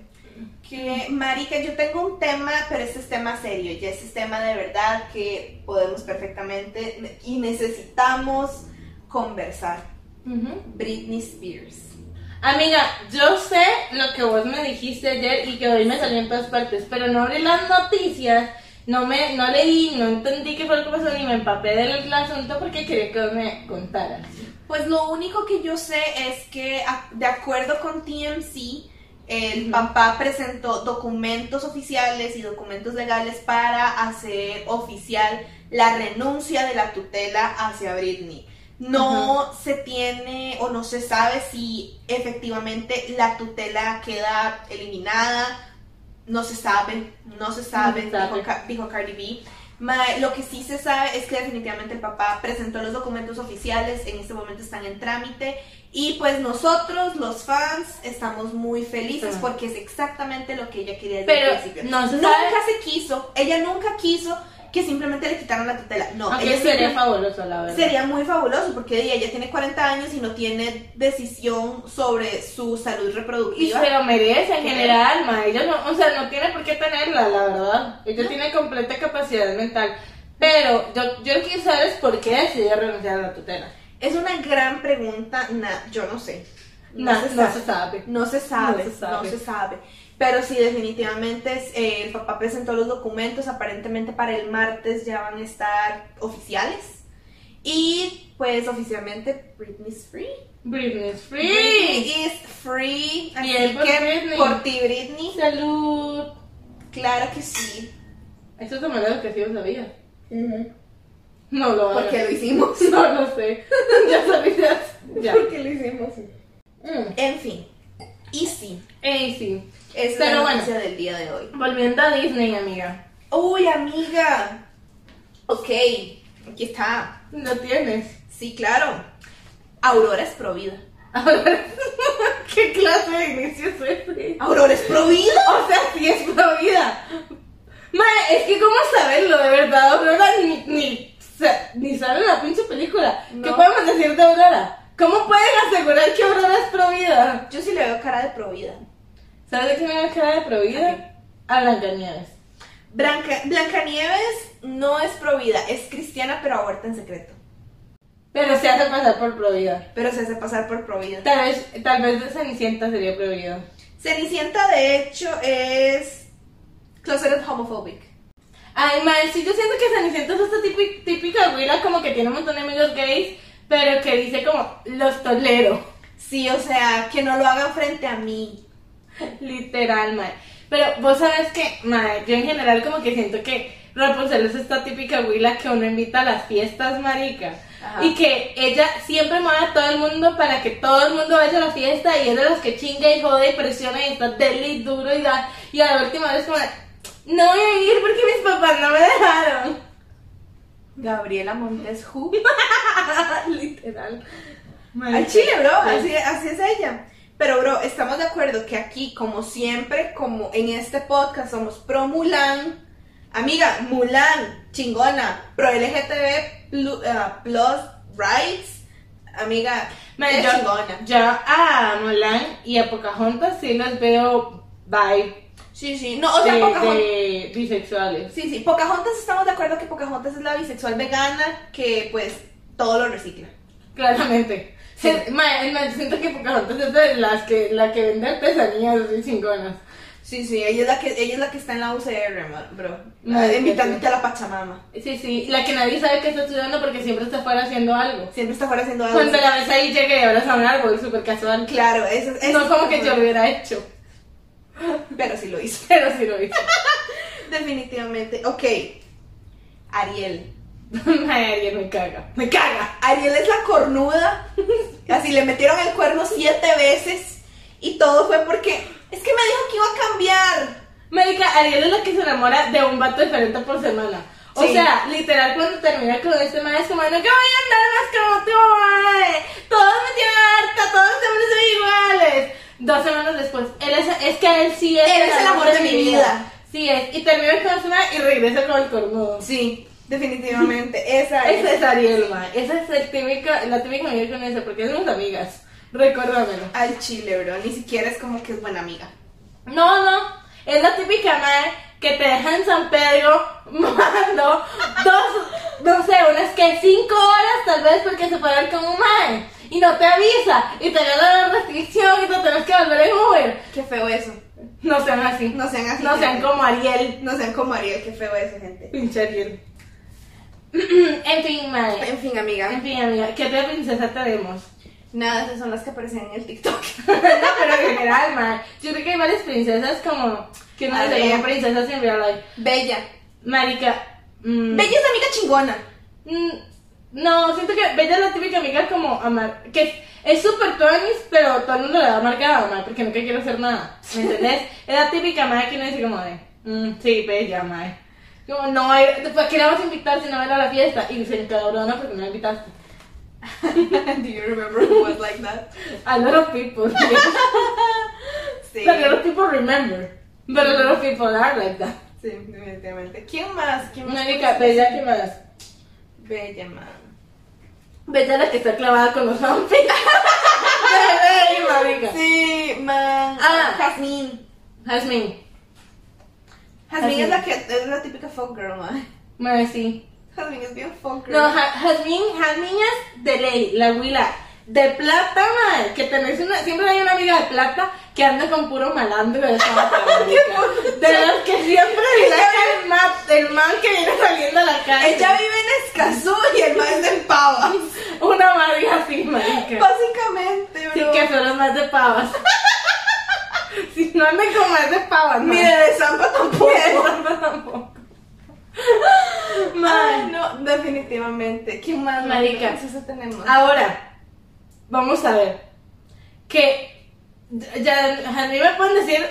[SPEAKER 2] Que, marica, yo tengo un tema, pero este es tema serio, ya este es tema de verdad que podemos perfectamente y necesitamos conversar. Britney Spears.
[SPEAKER 1] Amiga, yo sé lo que vos me dijiste ayer y que hoy me salió en todas partes, pero no abrí las noticias, no me, no leí, no entendí qué fue lo que pasó ni me empapé del asunto porque quería que vos me contaras.
[SPEAKER 2] Pues lo único que yo sé es que, a- de acuerdo con TMC, el
[SPEAKER 1] Ujú.
[SPEAKER 2] papá presentó documentos oficiales y documentos legales para hacer oficial la renuncia de la tutela hacia Britney. No se tiene o no se sabe si efectivamente la tutela queda eliminada. No se sabe, no se sabe,
[SPEAKER 1] No se sabe.
[SPEAKER 2] dijo Ca- dijo Cardi B. Ma- lo que sí se sabe es que definitivamente el papá presentó los documentos oficiales, en este momento están en trámite y pues nosotros, los fans, estamos muy felices
[SPEAKER 1] Ajá.
[SPEAKER 2] porque es exactamente lo que ella quería desde
[SPEAKER 1] Ah. Pero
[SPEAKER 2] el principio.
[SPEAKER 1] no se
[SPEAKER 2] nunca
[SPEAKER 1] sabe.
[SPEAKER 2] se quiso, ella nunca quiso que simplemente le quitaran la tutela. No,
[SPEAKER 1] Aunque
[SPEAKER 2] ella
[SPEAKER 1] sería
[SPEAKER 2] siempre-
[SPEAKER 1] fabuloso, la verdad.
[SPEAKER 2] sería muy fabuloso porque di, ella tiene 40 años y no tiene decisión sobre su salud
[SPEAKER 1] Y
[SPEAKER 2] reproductiva.
[SPEAKER 1] se lo merece en general, ma. Ellos no, o sea, no tiene por qué tenerla, la verdad. Ella tiene completa capacidad mental. Pero yo, yo quiero saber es por qué decidió renunciar a la tutela.
[SPEAKER 2] Es una gran pregunta, na- yo no sé.
[SPEAKER 1] No, no,
[SPEAKER 2] sabe.
[SPEAKER 1] se sabe.
[SPEAKER 2] No se
[SPEAKER 1] No
[SPEAKER 2] sabe, no
[SPEAKER 1] se sabe.
[SPEAKER 2] se sabe. Pero sí, definitivamente es, eh, el papá presentó los documentos, aparentemente para el martes ya van a estar oficiales. Y pues oficialmente Britney is free.
[SPEAKER 1] Britney is free.
[SPEAKER 2] Britney is free. Así
[SPEAKER 1] Bien por
[SPEAKER 2] que
[SPEAKER 1] Britney.
[SPEAKER 2] por ti, Britney.
[SPEAKER 1] Salud.
[SPEAKER 2] Claro que sí.
[SPEAKER 1] Esto es de manera que sí lo sabía. No lo hagas.
[SPEAKER 2] Porque lo hicimos.
[SPEAKER 1] No lo sé. ya sabías. Ya.
[SPEAKER 2] Porque lo hicimos.
[SPEAKER 1] Mm.
[SPEAKER 2] En fin. Y sí.
[SPEAKER 1] Ey, sí.
[SPEAKER 2] Es
[SPEAKER 1] Pero
[SPEAKER 2] la
[SPEAKER 1] bueno.
[SPEAKER 2] noticia del día de hoy.
[SPEAKER 1] Volviendo a Disney, amiga.
[SPEAKER 2] Uy, amiga. Ok. Aquí está.
[SPEAKER 1] Lo tienes.
[SPEAKER 2] Sí, claro. Aurora es provida.
[SPEAKER 1] Ahora, ¿qué clase de inicio es este? ese?
[SPEAKER 2] ¿Aurora es provida?
[SPEAKER 1] O sea, sí es provida. Madre, es que cómo saberlo de verdad, Aurora ni, ni, sa- ni sale la pinche película. ¿Qué
[SPEAKER 2] No.
[SPEAKER 1] podemos decir de Aurora? ¿Cómo pueden asegurar que Aurora es provida?
[SPEAKER 2] Yo sí le veo cara de provida.
[SPEAKER 1] ¿Sabes de qué me queda de provida? A Blancanieves.
[SPEAKER 2] Blanca, Blancanieves no es provida, es cristiana pero aborta en secreto.
[SPEAKER 1] Pero se hace pasar por provida.
[SPEAKER 2] Pero se hace pasar por provida.
[SPEAKER 1] Tal vez, tal vez de Cenicienta sería provida.
[SPEAKER 2] Cenicienta de hecho es closeted homophobic.
[SPEAKER 1] Ay, mal, sí, yo siento que Cenicienta es esta típi- típica güila como que tiene un montón de amigos gays, pero que dice como, los tolero.
[SPEAKER 2] Sí, o sea, que no lo hagan frente a mí.
[SPEAKER 1] Literal, mal. Pero vos sabes que, mae, yo en general como que siento que Rapunzel es esta típica huila que uno invita a las fiestas, marica.
[SPEAKER 2] Ajá.
[SPEAKER 1] Y que ella siempre mueve a todo el mundo para que todo el mundo vaya a la fiesta y es de los que chinga y jode y presiona y está deli duro y, da, y a la última vez como, no voy a ir porque mis papás no me dejaron.
[SPEAKER 2] Gabriela Montes Who.
[SPEAKER 1] Literal.
[SPEAKER 2] Al chile, bro,
[SPEAKER 1] Sí.
[SPEAKER 2] así, así es ella. Pero, bro, estamos de acuerdo que aquí, como siempre, como en este podcast, somos pro Mulan. Amiga, Mulan, chingona, pro LGTB plu- ah, plus rights. Amiga,
[SPEAKER 1] Mae,
[SPEAKER 2] qué
[SPEAKER 1] yo,
[SPEAKER 2] chingona.
[SPEAKER 1] yo a Mulan y a Pocahontas sí los veo bye
[SPEAKER 2] Sí, sí, no, o sea,
[SPEAKER 1] de,
[SPEAKER 2] Pocahontas.
[SPEAKER 1] de bisexuales.
[SPEAKER 2] Sí, sí, Pocahontas, estamos de acuerdo que Pocahontas es la bisexual vegana que, pues, todo lo recicla.
[SPEAKER 1] Claramente.
[SPEAKER 2] Sí.
[SPEAKER 1] Se- mae, mae, siento que Pocahontas es de las que, la que vende artesanías y chingonas.
[SPEAKER 2] Sí, sí, ella es la que, ella es la que está en la UCR, ma- bro.
[SPEAKER 1] Madre mía,
[SPEAKER 2] Invitándote
[SPEAKER 1] sí.
[SPEAKER 2] a la Pachamama.
[SPEAKER 1] Sí, sí, la que nadie sabe que está estudiando porque siempre está fuera haciendo algo.
[SPEAKER 2] Siempre está fuera haciendo algo.
[SPEAKER 1] Cuando la ves ahí llega y abraza un árbol, súper casual.
[SPEAKER 2] Claro, eso, eso
[SPEAKER 1] No como que yo lo hubiera hecho,
[SPEAKER 2] Pero sí lo hizo.
[SPEAKER 1] pero sí lo hice.
[SPEAKER 2] Definitivamente. Ok. Ariel.
[SPEAKER 1] Mae, Ariel me caga, me caga.
[SPEAKER 2] Ariel es la cornuda. Así le metieron el cuerno siete veces. Y todo fue porque. Es que me dijo que iba a cambiar.
[SPEAKER 1] Marica, Ariel es la que se enamora de un vato diferente por semana. O
[SPEAKER 2] Sí.
[SPEAKER 1] sea, literal, cuando termina con este man es como, no, que voy a andar más como tú, mae. Todos me tienen harta, todos los hombres son iguales. Dos semanas después, él es, es que él sí es
[SPEAKER 2] Él es el amor de mi vida.
[SPEAKER 1] Sí es, y termina con su man y regresa con el cornudo.
[SPEAKER 2] Sí, definitivamente. Esa
[SPEAKER 1] Esa es Ariel, mae. Esa es el típica, la típica amiga con esa, porque somos amigas. Recuérdamelo.
[SPEAKER 2] Al chile, bro. Ni siquiera es como que es buena amiga.
[SPEAKER 1] No, no, es la típica madre que te deja en San Pedro mando dos, no sé, unas que cinco horas tal vez porque se fueron con un mae y no te avisa y te gana la restricción y te tenés que volver en Uber.
[SPEAKER 2] Qué feo eso.
[SPEAKER 1] No sean así, no,
[SPEAKER 2] No sean así.
[SPEAKER 1] sean como Ariel,
[SPEAKER 2] No sean como Ariel. Qué feo eso, gente.
[SPEAKER 1] pinche Ariel. en fin, madre.
[SPEAKER 2] En fin,
[SPEAKER 1] En
[SPEAKER 2] amiga.
[SPEAKER 1] fin, amiga, ¿qué otra princesa tenemos?
[SPEAKER 2] Nada, esas son las que aparecen en el TikTok.
[SPEAKER 1] no, pero en general, madre. Yo creo que hay varias princesas como que no se
[SPEAKER 2] Ariel.
[SPEAKER 1] llaman princesas en real life.
[SPEAKER 2] Bella.
[SPEAKER 1] Marica. mm,
[SPEAKER 2] Bella es la amiga chingona.
[SPEAKER 1] Mm, No, siento que Bella es la típica amiga como amar, que es- es súper tuanis, pero todo el mundo le da marcada a Mae porque nunca quiere hacer nada, ¿me entendés? es la típica Mae que uno dice como de, mm, sí, Bella, Mae. Como, no, era- ¿para qué la vas a invitar si no era a la fiesta? Y se encabrona porque no la invitaste.
[SPEAKER 2] Do you remember who was like that?
[SPEAKER 1] A lot of people, yes.
[SPEAKER 2] Sí.
[SPEAKER 1] a lot of people remember, but a lot of people are like that.
[SPEAKER 2] Sí, definitivamente. ¿Quién más? ¿Quién más?
[SPEAKER 1] Mónica, Bella, ¿qué más?
[SPEAKER 2] Bella, man.
[SPEAKER 1] Bella la que está clavada con los zombies. Marica.
[SPEAKER 2] Sí, man.
[SPEAKER 1] Ah.
[SPEAKER 2] Jasmine.
[SPEAKER 1] Jasmine.
[SPEAKER 2] Jasmine es
[SPEAKER 1] Jasmine.
[SPEAKER 2] la que es la típica folk girl, man.
[SPEAKER 1] Mae, sí.
[SPEAKER 2] Jasmine es bien folk girl.
[SPEAKER 1] No, Ja- Jazmín, Jazmín es de ley, la huila. De plata, madre, que tenés una, siempre hay una amiga de plata que anda con puro malandro de esa otra, marica. De los que siempre le saca el man, el man que viene saliendo a la calle.
[SPEAKER 2] Ella vive en Escazú y el man es de Pava.
[SPEAKER 1] Una madre así, marica.
[SPEAKER 2] Básicamente,
[SPEAKER 1] Sí,
[SPEAKER 2] bro.
[SPEAKER 1] que son los más de pavas. Si no andan con más de pavas, no.
[SPEAKER 2] Mira, de Zampa tampoco.
[SPEAKER 1] Eso tampoco.
[SPEAKER 2] Ay,
[SPEAKER 1] Madre.
[SPEAKER 2] no, definitivamente. ¿Quién más?
[SPEAKER 1] Marica. Ah.
[SPEAKER 2] Eso tenemos.
[SPEAKER 1] Ahora, vamos a ver. Que ya, a mí me pueden decir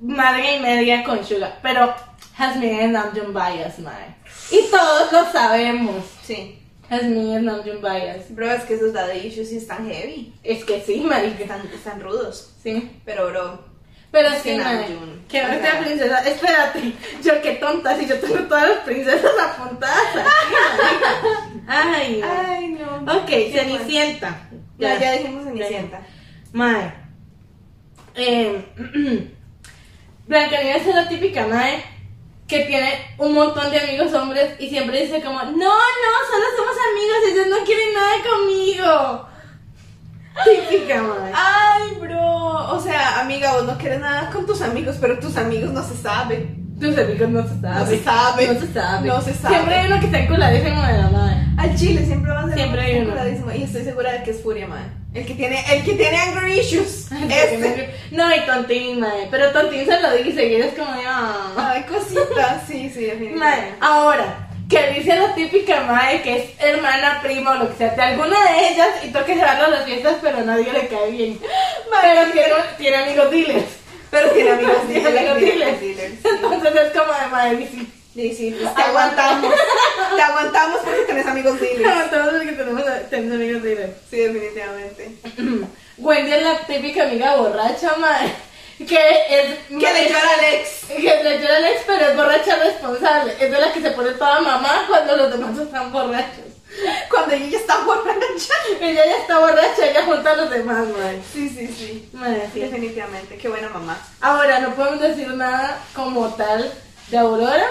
[SPEAKER 1] madre y media con Suga, pero Jasmine es Namjoon Bias, madre. Y todos lo sabemos.
[SPEAKER 2] Sí.
[SPEAKER 1] Jasmine es Namjoon Bias.
[SPEAKER 2] Bro, es que esos daddy issues sí están heavy.
[SPEAKER 1] Es que sí, marica.
[SPEAKER 2] Están, están rudos.
[SPEAKER 1] Sí.
[SPEAKER 2] Pero, bro,
[SPEAKER 1] Pero
[SPEAKER 2] Es que
[SPEAKER 1] sí, madre.
[SPEAKER 2] Namjoon.
[SPEAKER 1] Que no
[SPEAKER 2] Ajá.
[SPEAKER 1] sea princesa. Espérate. Yo, qué tonta, si yo tengo todas las princesas apuntadas aquí, marica. Ay, no.
[SPEAKER 2] Ay, no.
[SPEAKER 1] Ok,
[SPEAKER 2] Qué
[SPEAKER 1] Cenicienta.
[SPEAKER 2] bueno. Ya, ya dijimos Cenicienta.
[SPEAKER 1] Mae. Eh, Blancanieves es la típica mae que tiene un montón de amigos hombres y siempre dice como, no, no, solo somos amigos, ellos no quieren nada conmigo. Típica mae.
[SPEAKER 2] Ay, bro. O sea, amiga, vos no querés nada con tus amigos, pero tus amigos no se saben.
[SPEAKER 1] Tus amigos no se saben.
[SPEAKER 2] No se saben.
[SPEAKER 1] No se saben.
[SPEAKER 2] No se saben.
[SPEAKER 1] Siempre hay uno que está enculadísimo de la madre.
[SPEAKER 2] Al chile siempre va a ser
[SPEAKER 1] Siempre hay uno.
[SPEAKER 2] un curadísimo, Y estoy segura de que es furia, madre. El que tiene, el que tiene anger issues. este.
[SPEAKER 1] No, y Tontín, mae. Pero Tontín se lo dice y ella es como de. "Ah".
[SPEAKER 2] Ay, cositas, sí, sí,
[SPEAKER 1] Mae,
[SPEAKER 2] definitivamente.
[SPEAKER 1] ahora, que dice la típica mae que es hermana, prima o lo que sea, de alguna de ellas y toque se van a las fiestas, pero nadie le cae bien. Pero tiene, tiene amigos diles.
[SPEAKER 2] Pero tiene amigos
[SPEAKER 1] Tiene amigos
[SPEAKER 2] dealers,
[SPEAKER 1] diles.
[SPEAKER 2] dealers, dealers,
[SPEAKER 1] Entonces es como de mae, difícil.
[SPEAKER 2] Sí, sí, pues te aguantamos. Te aguantamos porque tenés amigos dealers.
[SPEAKER 1] Pero todos los que tenemos, tenemos amigos diles.
[SPEAKER 2] Sí, definitivamente.
[SPEAKER 1] Wendy es la típica amiga borracha, mae. Que es.
[SPEAKER 2] Que le llora al ex.
[SPEAKER 1] Que le llora al ex, pero es borracha responsable. Es de la que se pone toda mamá cuando los demás están borrachos.
[SPEAKER 2] Cuando ella ya está borracha.
[SPEAKER 1] Ella ya está borracha, ella junta a los demás, mae.
[SPEAKER 2] Sí, sí, sí.
[SPEAKER 1] Mae, sí.
[SPEAKER 2] Definitivamente. Qué buena mamá.
[SPEAKER 1] Ahora, no podemos decir nada como tal de Aurora,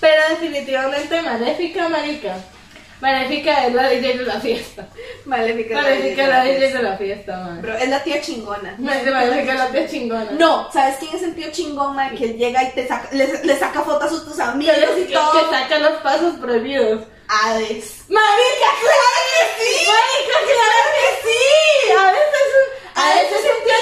[SPEAKER 1] pero definitivamente Maléfica, marica. Maléfica es la DJ de la fiesta.
[SPEAKER 2] Maléfica.
[SPEAKER 1] Maléfica es la DJ
[SPEAKER 2] Maléfica.
[SPEAKER 1] de la fiesta, madre.
[SPEAKER 2] Pero es la tía chingona.
[SPEAKER 1] Maléfica es la tía chingona.
[SPEAKER 2] No, ¿sabes quién es el tío chingón, man? Que llega y te saca, le, le saca fotos a tus amigos
[SPEAKER 1] que,
[SPEAKER 2] y todo.
[SPEAKER 1] saca los pasos prohibidos.
[SPEAKER 2] Hades.
[SPEAKER 1] ¡Marica, claro
[SPEAKER 2] que sí!
[SPEAKER 1] ¡Marica, claro que sí! A veces es un, a veces es un tío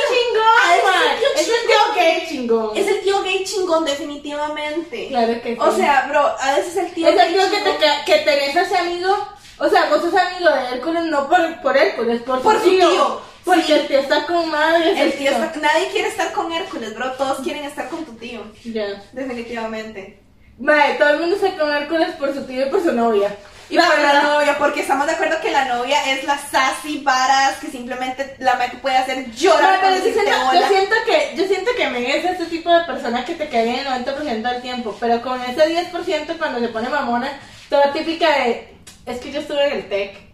[SPEAKER 1] chingón,
[SPEAKER 2] a veces es
[SPEAKER 1] man.
[SPEAKER 2] un tío
[SPEAKER 1] Es un tío gay chingón.
[SPEAKER 2] Es el tío gay chingón, definitivamente.
[SPEAKER 1] Claro que sí.
[SPEAKER 2] O sea, bro, a veces el tío
[SPEAKER 1] Es el
[SPEAKER 2] gay
[SPEAKER 1] tío que, te,
[SPEAKER 2] chingón-
[SPEAKER 1] ca- que tenés a ese amigo. O sea, vos sos amigo de Hércules no por, por Hércules, por,
[SPEAKER 2] Por su
[SPEAKER 1] tu tío.
[SPEAKER 2] tío,
[SPEAKER 1] Porque
[SPEAKER 2] sí.
[SPEAKER 1] el tío está con madre.
[SPEAKER 2] El tío está- Nadie quiere estar con Hércules, bro. Todos quieren estar con tu tío.
[SPEAKER 1] Ya.
[SPEAKER 2] Definitivamente.
[SPEAKER 1] Mae, todo el mundo está con Hércules por su tío y por su novia.
[SPEAKER 2] Y
[SPEAKER 1] La
[SPEAKER 2] por la
[SPEAKER 1] verdad.
[SPEAKER 2] novia, porque estamos de acuerdo que la novia es la sassy varas que simplemente la mae que puede hacer llorar.
[SPEAKER 1] Mae, pero
[SPEAKER 2] cuando
[SPEAKER 1] yo
[SPEAKER 2] se te
[SPEAKER 1] siento, yo
[SPEAKER 2] bola.
[SPEAKER 1] siento que yo siento que me es este tipo de personas que te caen el 90% del tiempo, pero con ese 10% cuando se pone mamona, toda típica de es que yo estuve en el TEC.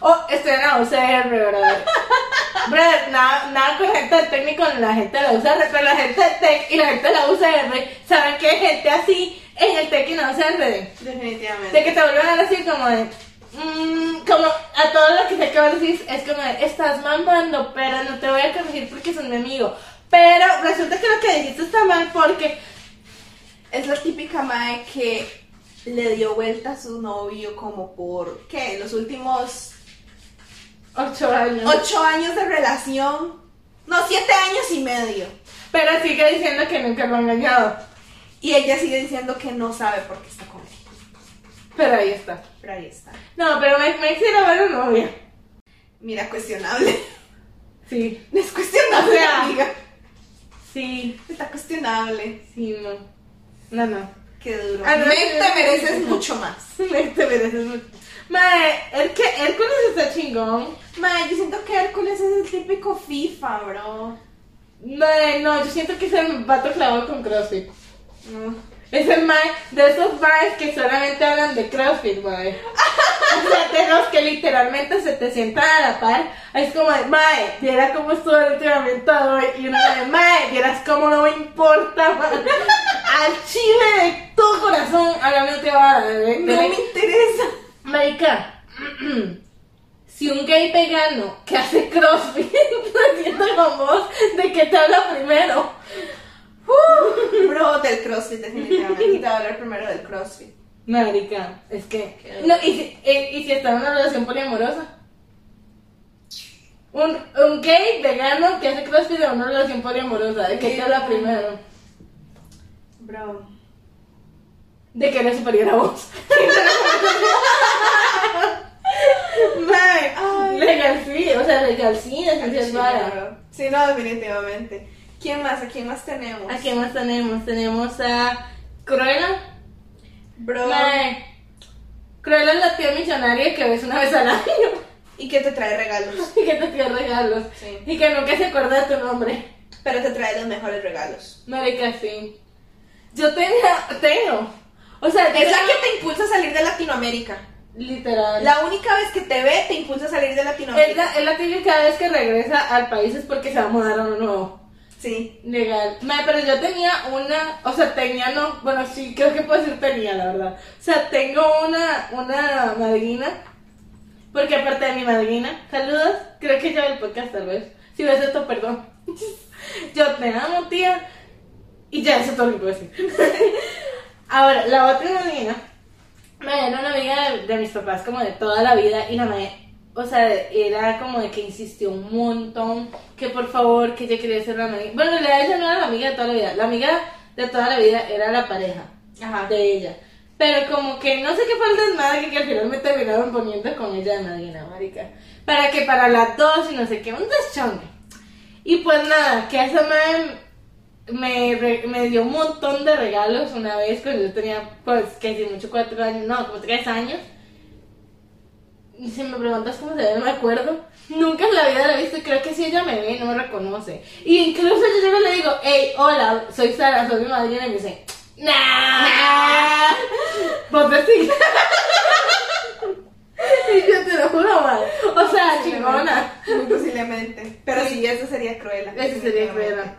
[SPEAKER 1] O estoy en la UCR, brother. Brother, nada, nada con gente del técnico ni la gente de la UCR, pero la gente del TEC y la gente de la UCR saben que hay gente así en el TEC y en la UCR.
[SPEAKER 2] Definitivamente.
[SPEAKER 1] De que te vuelvan a decir como de... mm, como a todos los que te acaban de decir, es como de, estás mamando, pero no te voy a corregir porque son mi amigo. Pero resulta que lo que dijiste está mal porque...
[SPEAKER 2] Es la típica mae que le dio vuelta a su novio como por, ¿qué? Los últimos
[SPEAKER 1] Ocho años.
[SPEAKER 2] ocho años de relación. No, siete años y medio.
[SPEAKER 1] Pero sigue diciendo que nunca lo ha engañado.
[SPEAKER 2] Y ella sigue diciendo que no sabe por qué está con él.
[SPEAKER 1] Pero ahí está.
[SPEAKER 2] Pero ahí está.
[SPEAKER 1] No, pero me, me hicieron ver una novia.
[SPEAKER 2] Mira, cuestionable.
[SPEAKER 1] Sí.
[SPEAKER 2] Es cuestionable,
[SPEAKER 1] O sea.
[SPEAKER 2] amiga.
[SPEAKER 1] Sí.
[SPEAKER 2] Está cuestionable.
[SPEAKER 1] Sí, no. No, no.
[SPEAKER 2] Qué duro.
[SPEAKER 1] Ah, no,
[SPEAKER 2] Men,
[SPEAKER 1] no, no,
[SPEAKER 2] te mereces
[SPEAKER 1] no.
[SPEAKER 2] mucho más.
[SPEAKER 1] Me- Te mereces mucho. Mae, el que Hércules está chingón.
[SPEAKER 2] Ma, yo siento que Hércules es el típico FIFA, bro.
[SPEAKER 1] Mae, no, yo siento que es el vato clavado con CrossFit. Es el mae de esos maes que solamente hablan de CrossFit, mae. O sea, de los que literalmente se te sientan a la par. Es como, de, mae, viera cómo estuvo el entrenamiento de hoy. Y uno de, mae, vieras cómo no me importa, mae. Al chile de todo corazón, hágame otra vara, bebé.
[SPEAKER 2] No me interesa.
[SPEAKER 1] Marica, si un gay vegano que hace crossfit no siento con vos, ¿de qué te habla primero?
[SPEAKER 2] Bro, del CrossFit, definitivamente. Te voy a hablar primero del CrossFit.
[SPEAKER 1] Marica, es que. No, y si, eh, y si está en una relación poliamorosa. Un, un gay vegano que hace crossfit en una relación poliamorosa, ¿de qué te habla primero?
[SPEAKER 2] Bro.
[SPEAKER 1] De que eres superior a vos. Mae,
[SPEAKER 2] Ay.
[SPEAKER 1] legal sí, o sea, legal sí, esencia es vara.
[SPEAKER 2] Sí, no, definitivamente. ¿Quién más? ¿A quién más tenemos?
[SPEAKER 1] ¿A quién más tenemos? Tenemos a Cruella.
[SPEAKER 2] Bro.
[SPEAKER 1] Mae. Cruella es la tía millonaria que ves una vez al año
[SPEAKER 2] Y que te trae regalos.
[SPEAKER 1] y que te pide regalos.
[SPEAKER 2] Sí.
[SPEAKER 1] Y que nunca se acuerda de tu nombre.
[SPEAKER 2] Pero te trae los mejores regalos.
[SPEAKER 1] Marica, sí. Yo tenía, tengo. O sea,
[SPEAKER 2] Es la
[SPEAKER 1] tengo-
[SPEAKER 2] que te impulsa a salir de Latinoamérica.
[SPEAKER 1] Literal.
[SPEAKER 2] La única vez que te ve, te impulsa a salir de
[SPEAKER 1] Es,
[SPEAKER 2] Latinoamérica.
[SPEAKER 1] la, es la típica vez que regresa al país es porque se va a mudar a uno nuevo.
[SPEAKER 2] Sí.
[SPEAKER 1] Legal. Mae, pero yo tenía una, o sea, tenía no, bueno, sí, creo que puedo decir tenía, la verdad. O sea, tengo una, una madrina, porque aparte de mi madrina, saludos, creo que ya ve el podcast tal vez. Si ves esto, perdón. yo te amo, tía. Y ya, eso es todo lo que puedo decir. Ahora, la otra madrina, me era una amiga de, de mis papás como de toda la vida y la madre, o sea, era como de que insistió un montón, que por favor, que ella quería ser una amiga. Bueno, en realidad ella no era la amiga de toda la vida, la amiga de toda la vida era la pareja
[SPEAKER 2] Ajá.
[SPEAKER 1] de ella. Pero como que no sé qué fue el desmadre que, que al final me terminaron poniendo con ella de Madrina, marica. Para que para las dos y no sé qué, un deschongue. Y pues nada, que esa madre me, re- me dio un montón de regalos una vez cuando yo tenía, pues, que si mucho cuatro años, no, como tres años. Y Si me preguntas cómo se ve, no me acuerdo. Nunca en la vida la he visto. y Creo que si ella me ve, no me reconoce. Y incluso yo llego y le digo, hey, hola, soy Sara, soy mi madrina. Y me dice, nah. Vos decís. y yo te lo juro, madre. O sea, chingona.
[SPEAKER 2] Muy posiblemente. Pero sí, eso sería cruel.
[SPEAKER 1] Ese sería Cruella.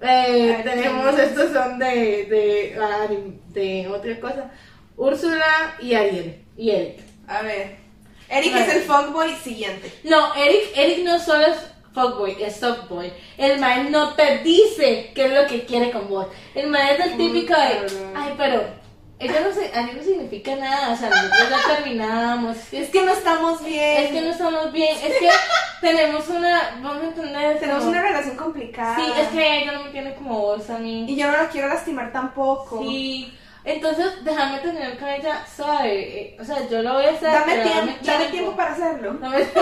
[SPEAKER 1] Eh,
[SPEAKER 2] Ay,
[SPEAKER 1] tenemos,
[SPEAKER 2] qué
[SPEAKER 1] estos son de, de, ah, de otra cosa. Úrsula y Ariel. Y Eric.
[SPEAKER 2] A ver. Eric
[SPEAKER 1] Vale.
[SPEAKER 2] es el fuckboy siguiente.
[SPEAKER 1] No, Eric, Eric no solo es fuckboy, es softboy. El man no te dice qué es lo que quiere con vos. El man es el típico de,
[SPEAKER 2] cabrón.
[SPEAKER 1] ay, pero ella no, se, a mí no significa nada, o sea, nosotros ya terminamos.
[SPEAKER 2] Es que no estamos bien.
[SPEAKER 1] Es que no estamos bien, es que tenemos una, vamos a entender.
[SPEAKER 2] Tenemos
[SPEAKER 1] como-
[SPEAKER 2] una relación complicada.
[SPEAKER 1] Sí, es que ella no me tiene como vos a mí.
[SPEAKER 2] Y yo no la quiero lastimar tampoco.
[SPEAKER 1] Sí, entonces déjame tener con ella suave. eh, O sea, yo lo voy a hacer.
[SPEAKER 2] Dame,
[SPEAKER 1] pero
[SPEAKER 2] tiempo, dame tiempo para hacerlo.
[SPEAKER 1] No me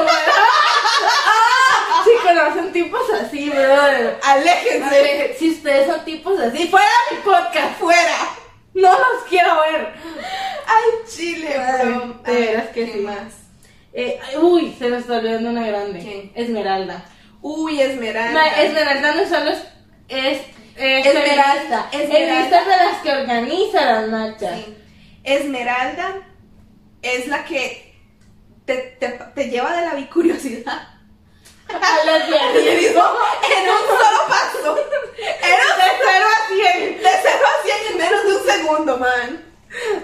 [SPEAKER 1] Ah, Si conocen tipos así, brother.
[SPEAKER 2] Aléjense.
[SPEAKER 1] Ale- Si ustedes son tipos así, fuera de mi podcast.
[SPEAKER 2] Fuera.
[SPEAKER 1] No los quiero ver.
[SPEAKER 2] Ay, chile, bro.
[SPEAKER 1] Ay, de veras que
[SPEAKER 2] ¿qué
[SPEAKER 1] sí.
[SPEAKER 2] más?
[SPEAKER 1] Eh, ay, uy, se me está olvidando una grande.
[SPEAKER 2] ¿Quién? Ah.
[SPEAKER 1] Esmeralda.
[SPEAKER 2] Uy, Esmeralda.
[SPEAKER 1] Ma, Esmeralda no solo es. es es
[SPEAKER 2] Esmeralda,
[SPEAKER 1] feminista,
[SPEAKER 2] Esmeralda.
[SPEAKER 1] Es de las que organiza las marchas.
[SPEAKER 2] Sí. Esmeralda es la que te, te, te lleva de la bicuriosidad
[SPEAKER 1] A las
[SPEAKER 2] al lesbianismo en un solo paso. Era de 0 a 100. De 0 a 100 en menos de un segundo, man.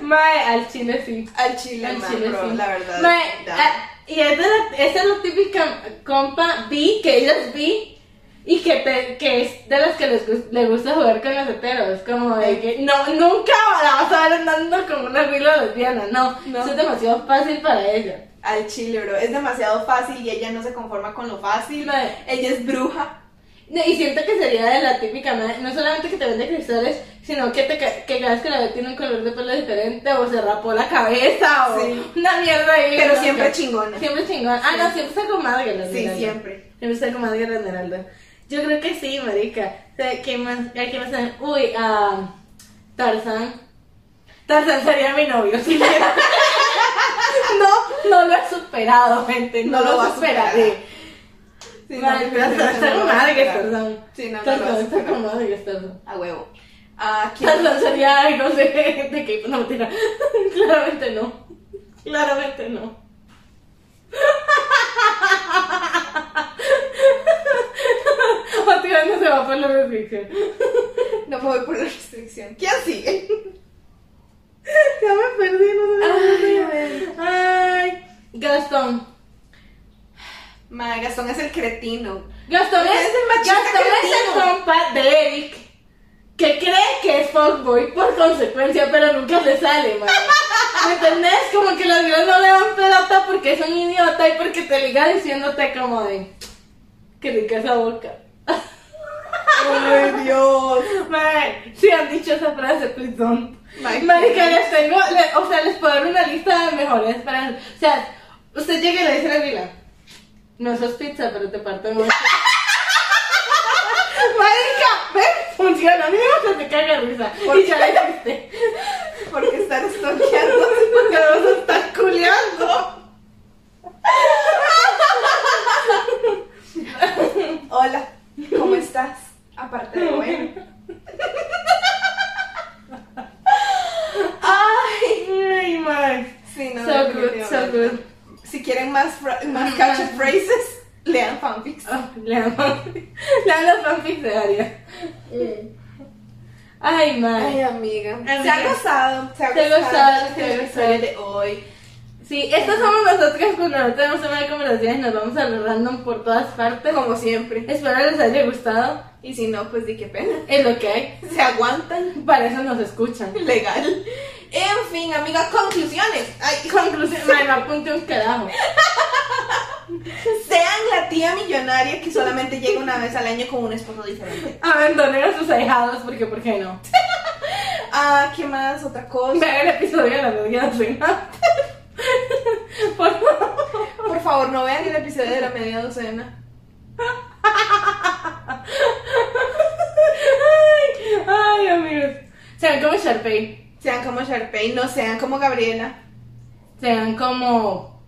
[SPEAKER 1] Mae, al chile sí.
[SPEAKER 2] Al chile,
[SPEAKER 1] Al
[SPEAKER 2] man,
[SPEAKER 1] chile
[SPEAKER 2] bro,
[SPEAKER 1] sí.
[SPEAKER 2] la verdad.
[SPEAKER 1] Mae,
[SPEAKER 2] da.
[SPEAKER 1] ah, y es de la, esa es la típica compa B, que ella es B, y que, te- que es de las que les, gus- le gusta jugar con los heteros. Como de que no, nunca la vas a ver andando con una regla lesbiana. No,
[SPEAKER 2] No.
[SPEAKER 1] eso es demasiado fácil para ella.
[SPEAKER 2] Al chile, bro. Es demasiado fácil y ella no se conforma con lo fácil.
[SPEAKER 1] Mae.
[SPEAKER 2] Ella es bruja.
[SPEAKER 1] No, Y siento que sería de la típica, mae, no solamente que te vende cristales, sino que, te, ca- que cada vez que la ve tiene un color de pelo diferente, o se rapó la cabeza, o
[SPEAKER 2] Sí.
[SPEAKER 1] una mierda ahí.
[SPEAKER 2] Pero
[SPEAKER 1] no,
[SPEAKER 2] siempre
[SPEAKER 1] que-
[SPEAKER 2] chingona.
[SPEAKER 1] Siempre chingón. Ah, no, siempre está con madre la
[SPEAKER 2] Sí,
[SPEAKER 1] Esmeralda.
[SPEAKER 2] siempre.
[SPEAKER 1] Siempre está con madre la Esmeralda. Yo creo que sí, marica. O sea, ¿quién más? ¿A quién más? Uy, a Tarzan. Tarzan sería mi novio, si quiera. No, no lo he superado, gente. No,
[SPEAKER 2] No lo
[SPEAKER 1] lo,
[SPEAKER 2] va a
[SPEAKER 1] superaré.
[SPEAKER 2] Sí,
[SPEAKER 1] Madre,
[SPEAKER 2] no,
[SPEAKER 1] Tarzan está con madre que es Tarzán.
[SPEAKER 2] Sí, no, no lo va
[SPEAKER 1] Tarzán
[SPEAKER 2] a
[SPEAKER 1] está con
[SPEAKER 2] superar.
[SPEAKER 1] madre que es Tarzán.
[SPEAKER 2] A huevo. Ah, ¿quién?
[SPEAKER 1] Tarzan sería, ay, no sé, de qué, no, mentira. Claramente no. Claramente no. O no se va por la restricción.
[SPEAKER 2] No me voy por la restricción. ¿Quién sigue?
[SPEAKER 1] Ya me perdí, no
[SPEAKER 2] Ay, a ver.
[SPEAKER 1] Ay, Gastón.
[SPEAKER 2] Ma, Gastón es el cretino.
[SPEAKER 1] Gastón es,
[SPEAKER 2] Es el machista
[SPEAKER 1] Gastón es el
[SPEAKER 2] cretino.
[SPEAKER 1] compa de Eric que cree que es fuckboy por consecuencia, pero nunca le sale, man. ¿Me entendés? Como que las viejas no le dan pelota porque es un idiota y porque te liga diciéndote como de que rica esa boca.
[SPEAKER 2] ¡Ay, Dios!
[SPEAKER 1] Man, si han dicho esa frase, please don't.
[SPEAKER 2] My
[SPEAKER 1] Marica,
[SPEAKER 2] goodness.
[SPEAKER 1] les tengo, le- o sea, les puedo dar una lista de mejores frases. O sea, usted llega y le dice a la vila, no sos pizza, pero te parto en ocho". Marica, ¿ves? Funciona, a mí me se te caga de risa.
[SPEAKER 2] ¿Por
[SPEAKER 1] y
[SPEAKER 2] qué?
[SPEAKER 1] ya la hiciste.
[SPEAKER 2] ¿Por qué estar estoqueando?
[SPEAKER 1] Porque vamos a estar culeando.
[SPEAKER 2] Hola, ¿cómo estás? Aparte de bueno.
[SPEAKER 1] Ay, ay, man.
[SPEAKER 2] Sí, no,
[SPEAKER 1] so good, so
[SPEAKER 2] definitivamente.
[SPEAKER 1] good.
[SPEAKER 2] Si quieren más, fra- más catch phrases, lean fanfics.
[SPEAKER 1] Ah, le amo. Le amo los fanfics de Aria. Ay, man.
[SPEAKER 2] Eh, Ay, amiga. Se
[SPEAKER 1] Amiga.
[SPEAKER 2] ha gozado. Se ha
[SPEAKER 1] Se ha gozado,
[SPEAKER 2] gozado.
[SPEAKER 1] se ha
[SPEAKER 2] la historia de hoy.
[SPEAKER 1] Sí, estas somos nosotras cuando no tenemos tema de conversaciones, nos vamos a lo random por todas partes.
[SPEAKER 2] Como siempre.
[SPEAKER 1] Espero les haya gustado,
[SPEAKER 2] Y si no, pues di qué pena.
[SPEAKER 1] es lo que hay,
[SPEAKER 2] Se aguantan.
[SPEAKER 1] para eso nos escuchan.
[SPEAKER 2] Legal. En fin, amiga, conclusiones. Ay,
[SPEAKER 1] Conclusión, me apunte un carajo.
[SPEAKER 2] Sean la tía millonaria que solamente llega una vez al año con un esposo diferente.
[SPEAKER 1] Abandonen a sus ahijados porque, ¿por qué no?
[SPEAKER 2] Ah, ¿qué más? Otra cosa.
[SPEAKER 1] Vean el episodio de la media docena. Por favor.
[SPEAKER 2] Por favor, no vean el episodio de la media docena.
[SPEAKER 1] Ay, ay, amigos. Sean como Sharpay.
[SPEAKER 2] Sean como Sharpay, no sean como Gabriela.
[SPEAKER 1] Sean como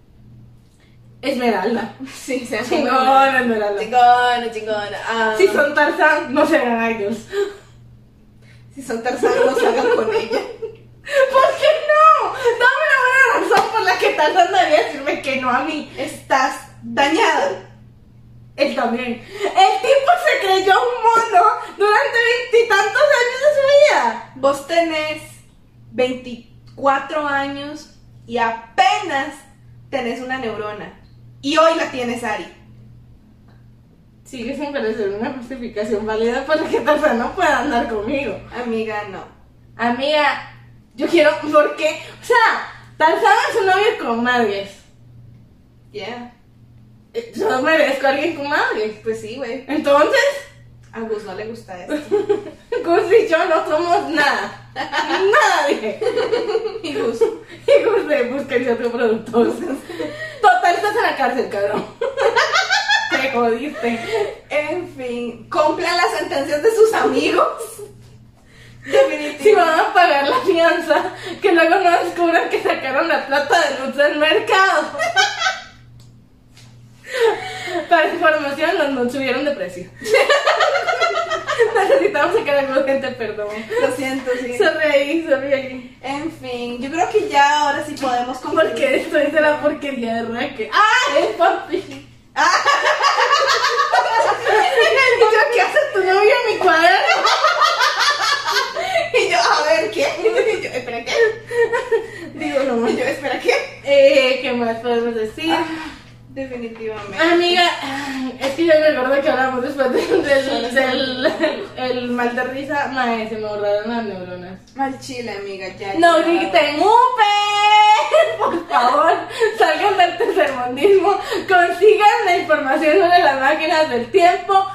[SPEAKER 1] Esmeralda.
[SPEAKER 2] Sí, sean como
[SPEAKER 1] Chingón, Esmeralda.
[SPEAKER 2] Chingona, chingona. Ah,
[SPEAKER 1] Si son Tarzán, no serán idols.
[SPEAKER 2] si son Tarzán, no salgan con ella.
[SPEAKER 1] ¿Por qué no? Dame una buena razón por la que Tarzán debería decirme que no a mí.
[SPEAKER 2] Estás dañada.
[SPEAKER 1] Él también. El tipo se creyó un mono durante veintitantos años de su vida.
[SPEAKER 2] Vos tenés 24 años y apenas tenés una neurona. Y hoy la tienes, Ari.
[SPEAKER 1] Sigue sin parecer una justificación válida para que Tarzán no pueda andar conmigo.
[SPEAKER 2] Amiga, no.
[SPEAKER 1] Amiga, yo quiero, ¿por qué? O sea, Tarzán es un novio con madres.
[SPEAKER 2] Yeah.
[SPEAKER 1] Eh, Yo merezco a alguien con madres.
[SPEAKER 2] Pues sí, güey.
[SPEAKER 1] Entonces,
[SPEAKER 2] A Gus no le gusta eso.
[SPEAKER 1] Gus y yo no somos nada. Nadie.
[SPEAKER 2] Y Gus.
[SPEAKER 1] Y Gus de buscarse otro productor. Total, estás en la cárcel, cabrón. Te jodiste.
[SPEAKER 2] En fin, cumplan las sentencias de sus amigos.
[SPEAKER 1] Si
[SPEAKER 2] Definitivamente.
[SPEAKER 1] van a pagar la fianza, que luego no descubran que sacaron la plata de nuts del mercado. Para información, los nuts subieron de precio. Necesitamos sacar algo de gente, perdón.
[SPEAKER 2] Lo siento, sí.
[SPEAKER 1] Sonreí, sonreí.
[SPEAKER 2] En fin, yo creo que ya ahora sí podemos concluir.
[SPEAKER 1] Porque estoy de la porquería de Raquel. ¡Ah! ¡Es papi! Y yo, ¿qué hace tu novio en mi cuaderno?
[SPEAKER 2] Y yo, a ver, ¿qué? Y yo, ¿espera qué?
[SPEAKER 1] Digo, no
[SPEAKER 2] Y
[SPEAKER 1] mames.
[SPEAKER 2] yo, ¿espera qué?
[SPEAKER 1] Eh, ¿Qué más podemos decir?
[SPEAKER 2] Ah. Definitivamente.
[SPEAKER 1] Amiga, es que yo me acuerdo que hablamos después del, del, del- el mal de risa. Mae, se me borraron las neuronas.
[SPEAKER 2] Mal chile, amiga, ya.
[SPEAKER 1] No
[SPEAKER 2] ya.
[SPEAKER 1] griten UPE, por favor, salgan del tercermundismo, consigan la información sobre las máquinas del tiempo,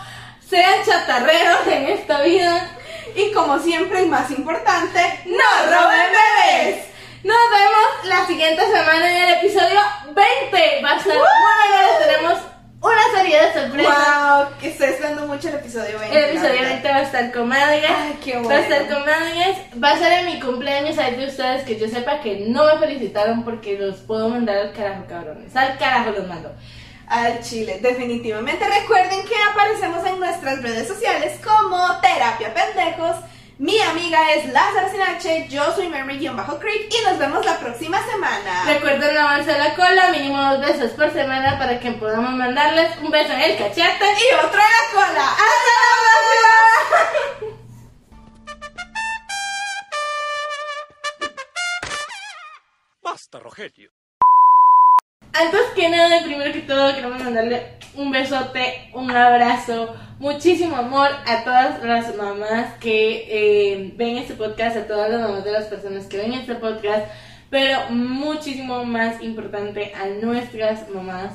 [SPEAKER 1] sean chatarreros en esta vida.
[SPEAKER 2] Y como siempre, el más importante,
[SPEAKER 1] ¡No roben bebés! Nos vemos la siguiente semana en el episodio 20. Va a ser muy bueno, tenemos una serie de sorpresas.
[SPEAKER 2] ¡Wow! Que estoy esperando mucho el episodio 20.
[SPEAKER 1] El episodio
[SPEAKER 2] la verdad.
[SPEAKER 1] 20 va a estar con Madrigal.
[SPEAKER 2] Ay, qué
[SPEAKER 1] Va a
[SPEAKER 2] bueno.
[SPEAKER 1] estar con Madrigal. Va a ser en mi cumpleaños. Hay de ustedes que yo sepa que no me felicitaron porque los puedo mandar al carajo, cabrones. Al carajo los mando.
[SPEAKER 2] al Chile. Definitivamente recuerden que aparecemos en nuestras redes sociales como Terapia Pendejos. Mi amiga es Lázaro Sin H, yo soy Mary-Creek y nos vemos la próxima semana.
[SPEAKER 1] Recuerden lavarse la cola, mínimo dos veces por semana para que podamos mandarles un beso en el cachete.
[SPEAKER 2] Y otro en la cola. ¡Hasta la próxima!
[SPEAKER 4] Basta, Rogelio.
[SPEAKER 1] Antes que nada, primero que todo, queremos mandarle un besote, un abrazo, muchísimo amor a todas las mamás que eh, ven este podcast, a todas las mamás de las personas que ven este podcast, pero muchísimo más importante a nuestras mamás.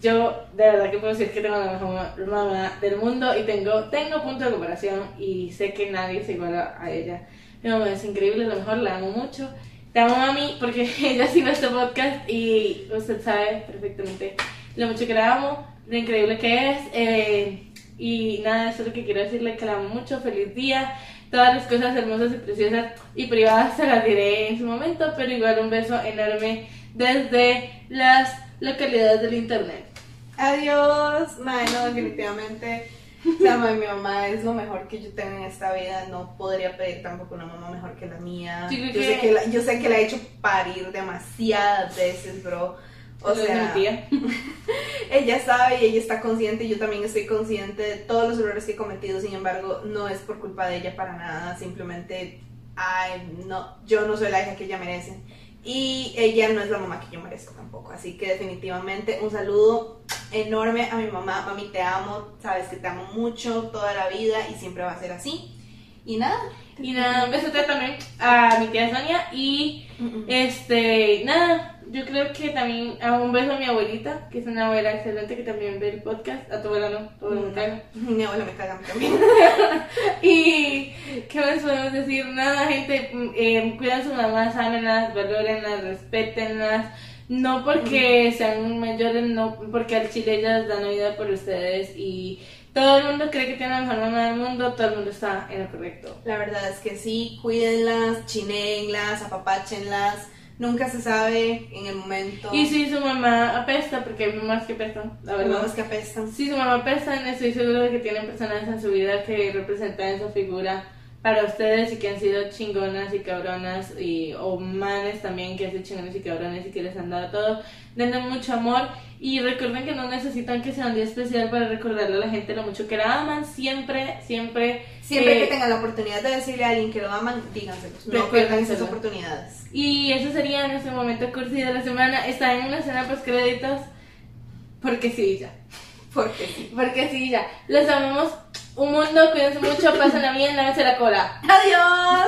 [SPEAKER 1] Yo de verdad que puedo decir que tengo la mejor ma- mamá del mundo y tengo, tengo punto de comparación y sé que nadie se iguala a ella. Mi mamá es increíble, lo mejor, la amo mucho. Te amo mami porque ella sí ve este podcast y usted sabe perfectamente lo mucho que la amo, lo increíble que es. eh, y nada, eso es lo que quiero decirle, que la amo mucho, feliz día. Todas las cosas hermosas y preciosas y privadas se las diré en su momento, pero igual un beso enorme desde las localidades del internet.
[SPEAKER 2] Adiós. Mae, no, definitivamente. O sea, mae, mi mamá es lo mejor que yo tengo en esta vida. No podría pedir tampoco una mamá mejor que la mía.
[SPEAKER 1] Sí, creo
[SPEAKER 2] yo,
[SPEAKER 1] que-
[SPEAKER 2] Sé que la, yo sé que la he hecho parir demasiadas veces, bro. O
[SPEAKER 1] Lo de mi
[SPEAKER 2] sea,
[SPEAKER 1] tía.
[SPEAKER 2] ella sabe y ella está consciente y yo también estoy consciente de todos los errores que he cometido. Sin embargo, no es por culpa de ella para nada. Simplemente, ay, no, yo no soy la hija que ella merece. Y ella no es la mamá que yo merezco tampoco. Así que definitivamente un saludo enorme a mi mamá. Mami, te amo. Sabes que te amo mucho toda la vida y siempre va a ser así. Y nada.
[SPEAKER 1] Y nada, un besote también a mi tía Sonia. Y
[SPEAKER 2] Eh,
[SPEAKER 1] este, nada, yo creo que también ah, un beso a mi abuelita, que es una abuela excelente que también ve el podcast. A tu abuela no, tu
[SPEAKER 2] Mm.
[SPEAKER 1] abuela me caga.
[SPEAKER 2] Mi abuela me caga a mí también.
[SPEAKER 1] Y qué más podemos decir, nada, gente, mm, eh, cuidan a su mamá, ámenlas, valórenlas, respétenlas. No porque sean mayores, no porque al chile ellas dan vida por ustedes y todo el mundo cree que tiene la mejor mamá del mundo, todo el mundo está en lo correcto.
[SPEAKER 2] La verdad es que sí, cuídenlas, chinenlas, apapáchenlas. Nunca se sabe en el momento.
[SPEAKER 1] Y si su mamá apesta, porque hay mamás que apestan, la
[SPEAKER 2] Las
[SPEAKER 1] verdad.
[SPEAKER 2] mamás que apestan.
[SPEAKER 1] Si su mamá apesta, estoy seguro de que tienen personas en su vida que representan esa figura para ustedes y que han sido chingonas y cabronas y o manes también que han sido chingones y cabrones y que les han dado todo. Denle mucho amor y recuerden que no necesitan que sea un día especial para recordarle a la gente lo mucho que la aman. Siempre, siempre.
[SPEAKER 2] Siempre
[SPEAKER 1] eh,
[SPEAKER 2] que tengan la oportunidad de decirle a alguien que lo aman, díganselos. No
[SPEAKER 1] Recuérdenselos.
[SPEAKER 2] pierdan esas oportunidades.
[SPEAKER 1] Y eso sería nuestro momento cursi de la semana. Está en una escena post créditos porque sí, ya.
[SPEAKER 2] Porque sí.
[SPEAKER 1] Porque sí, ya. Los amamos un mundo, cuídense mucho, pásenla bien, lávense la cola.
[SPEAKER 2] ¡Adiós!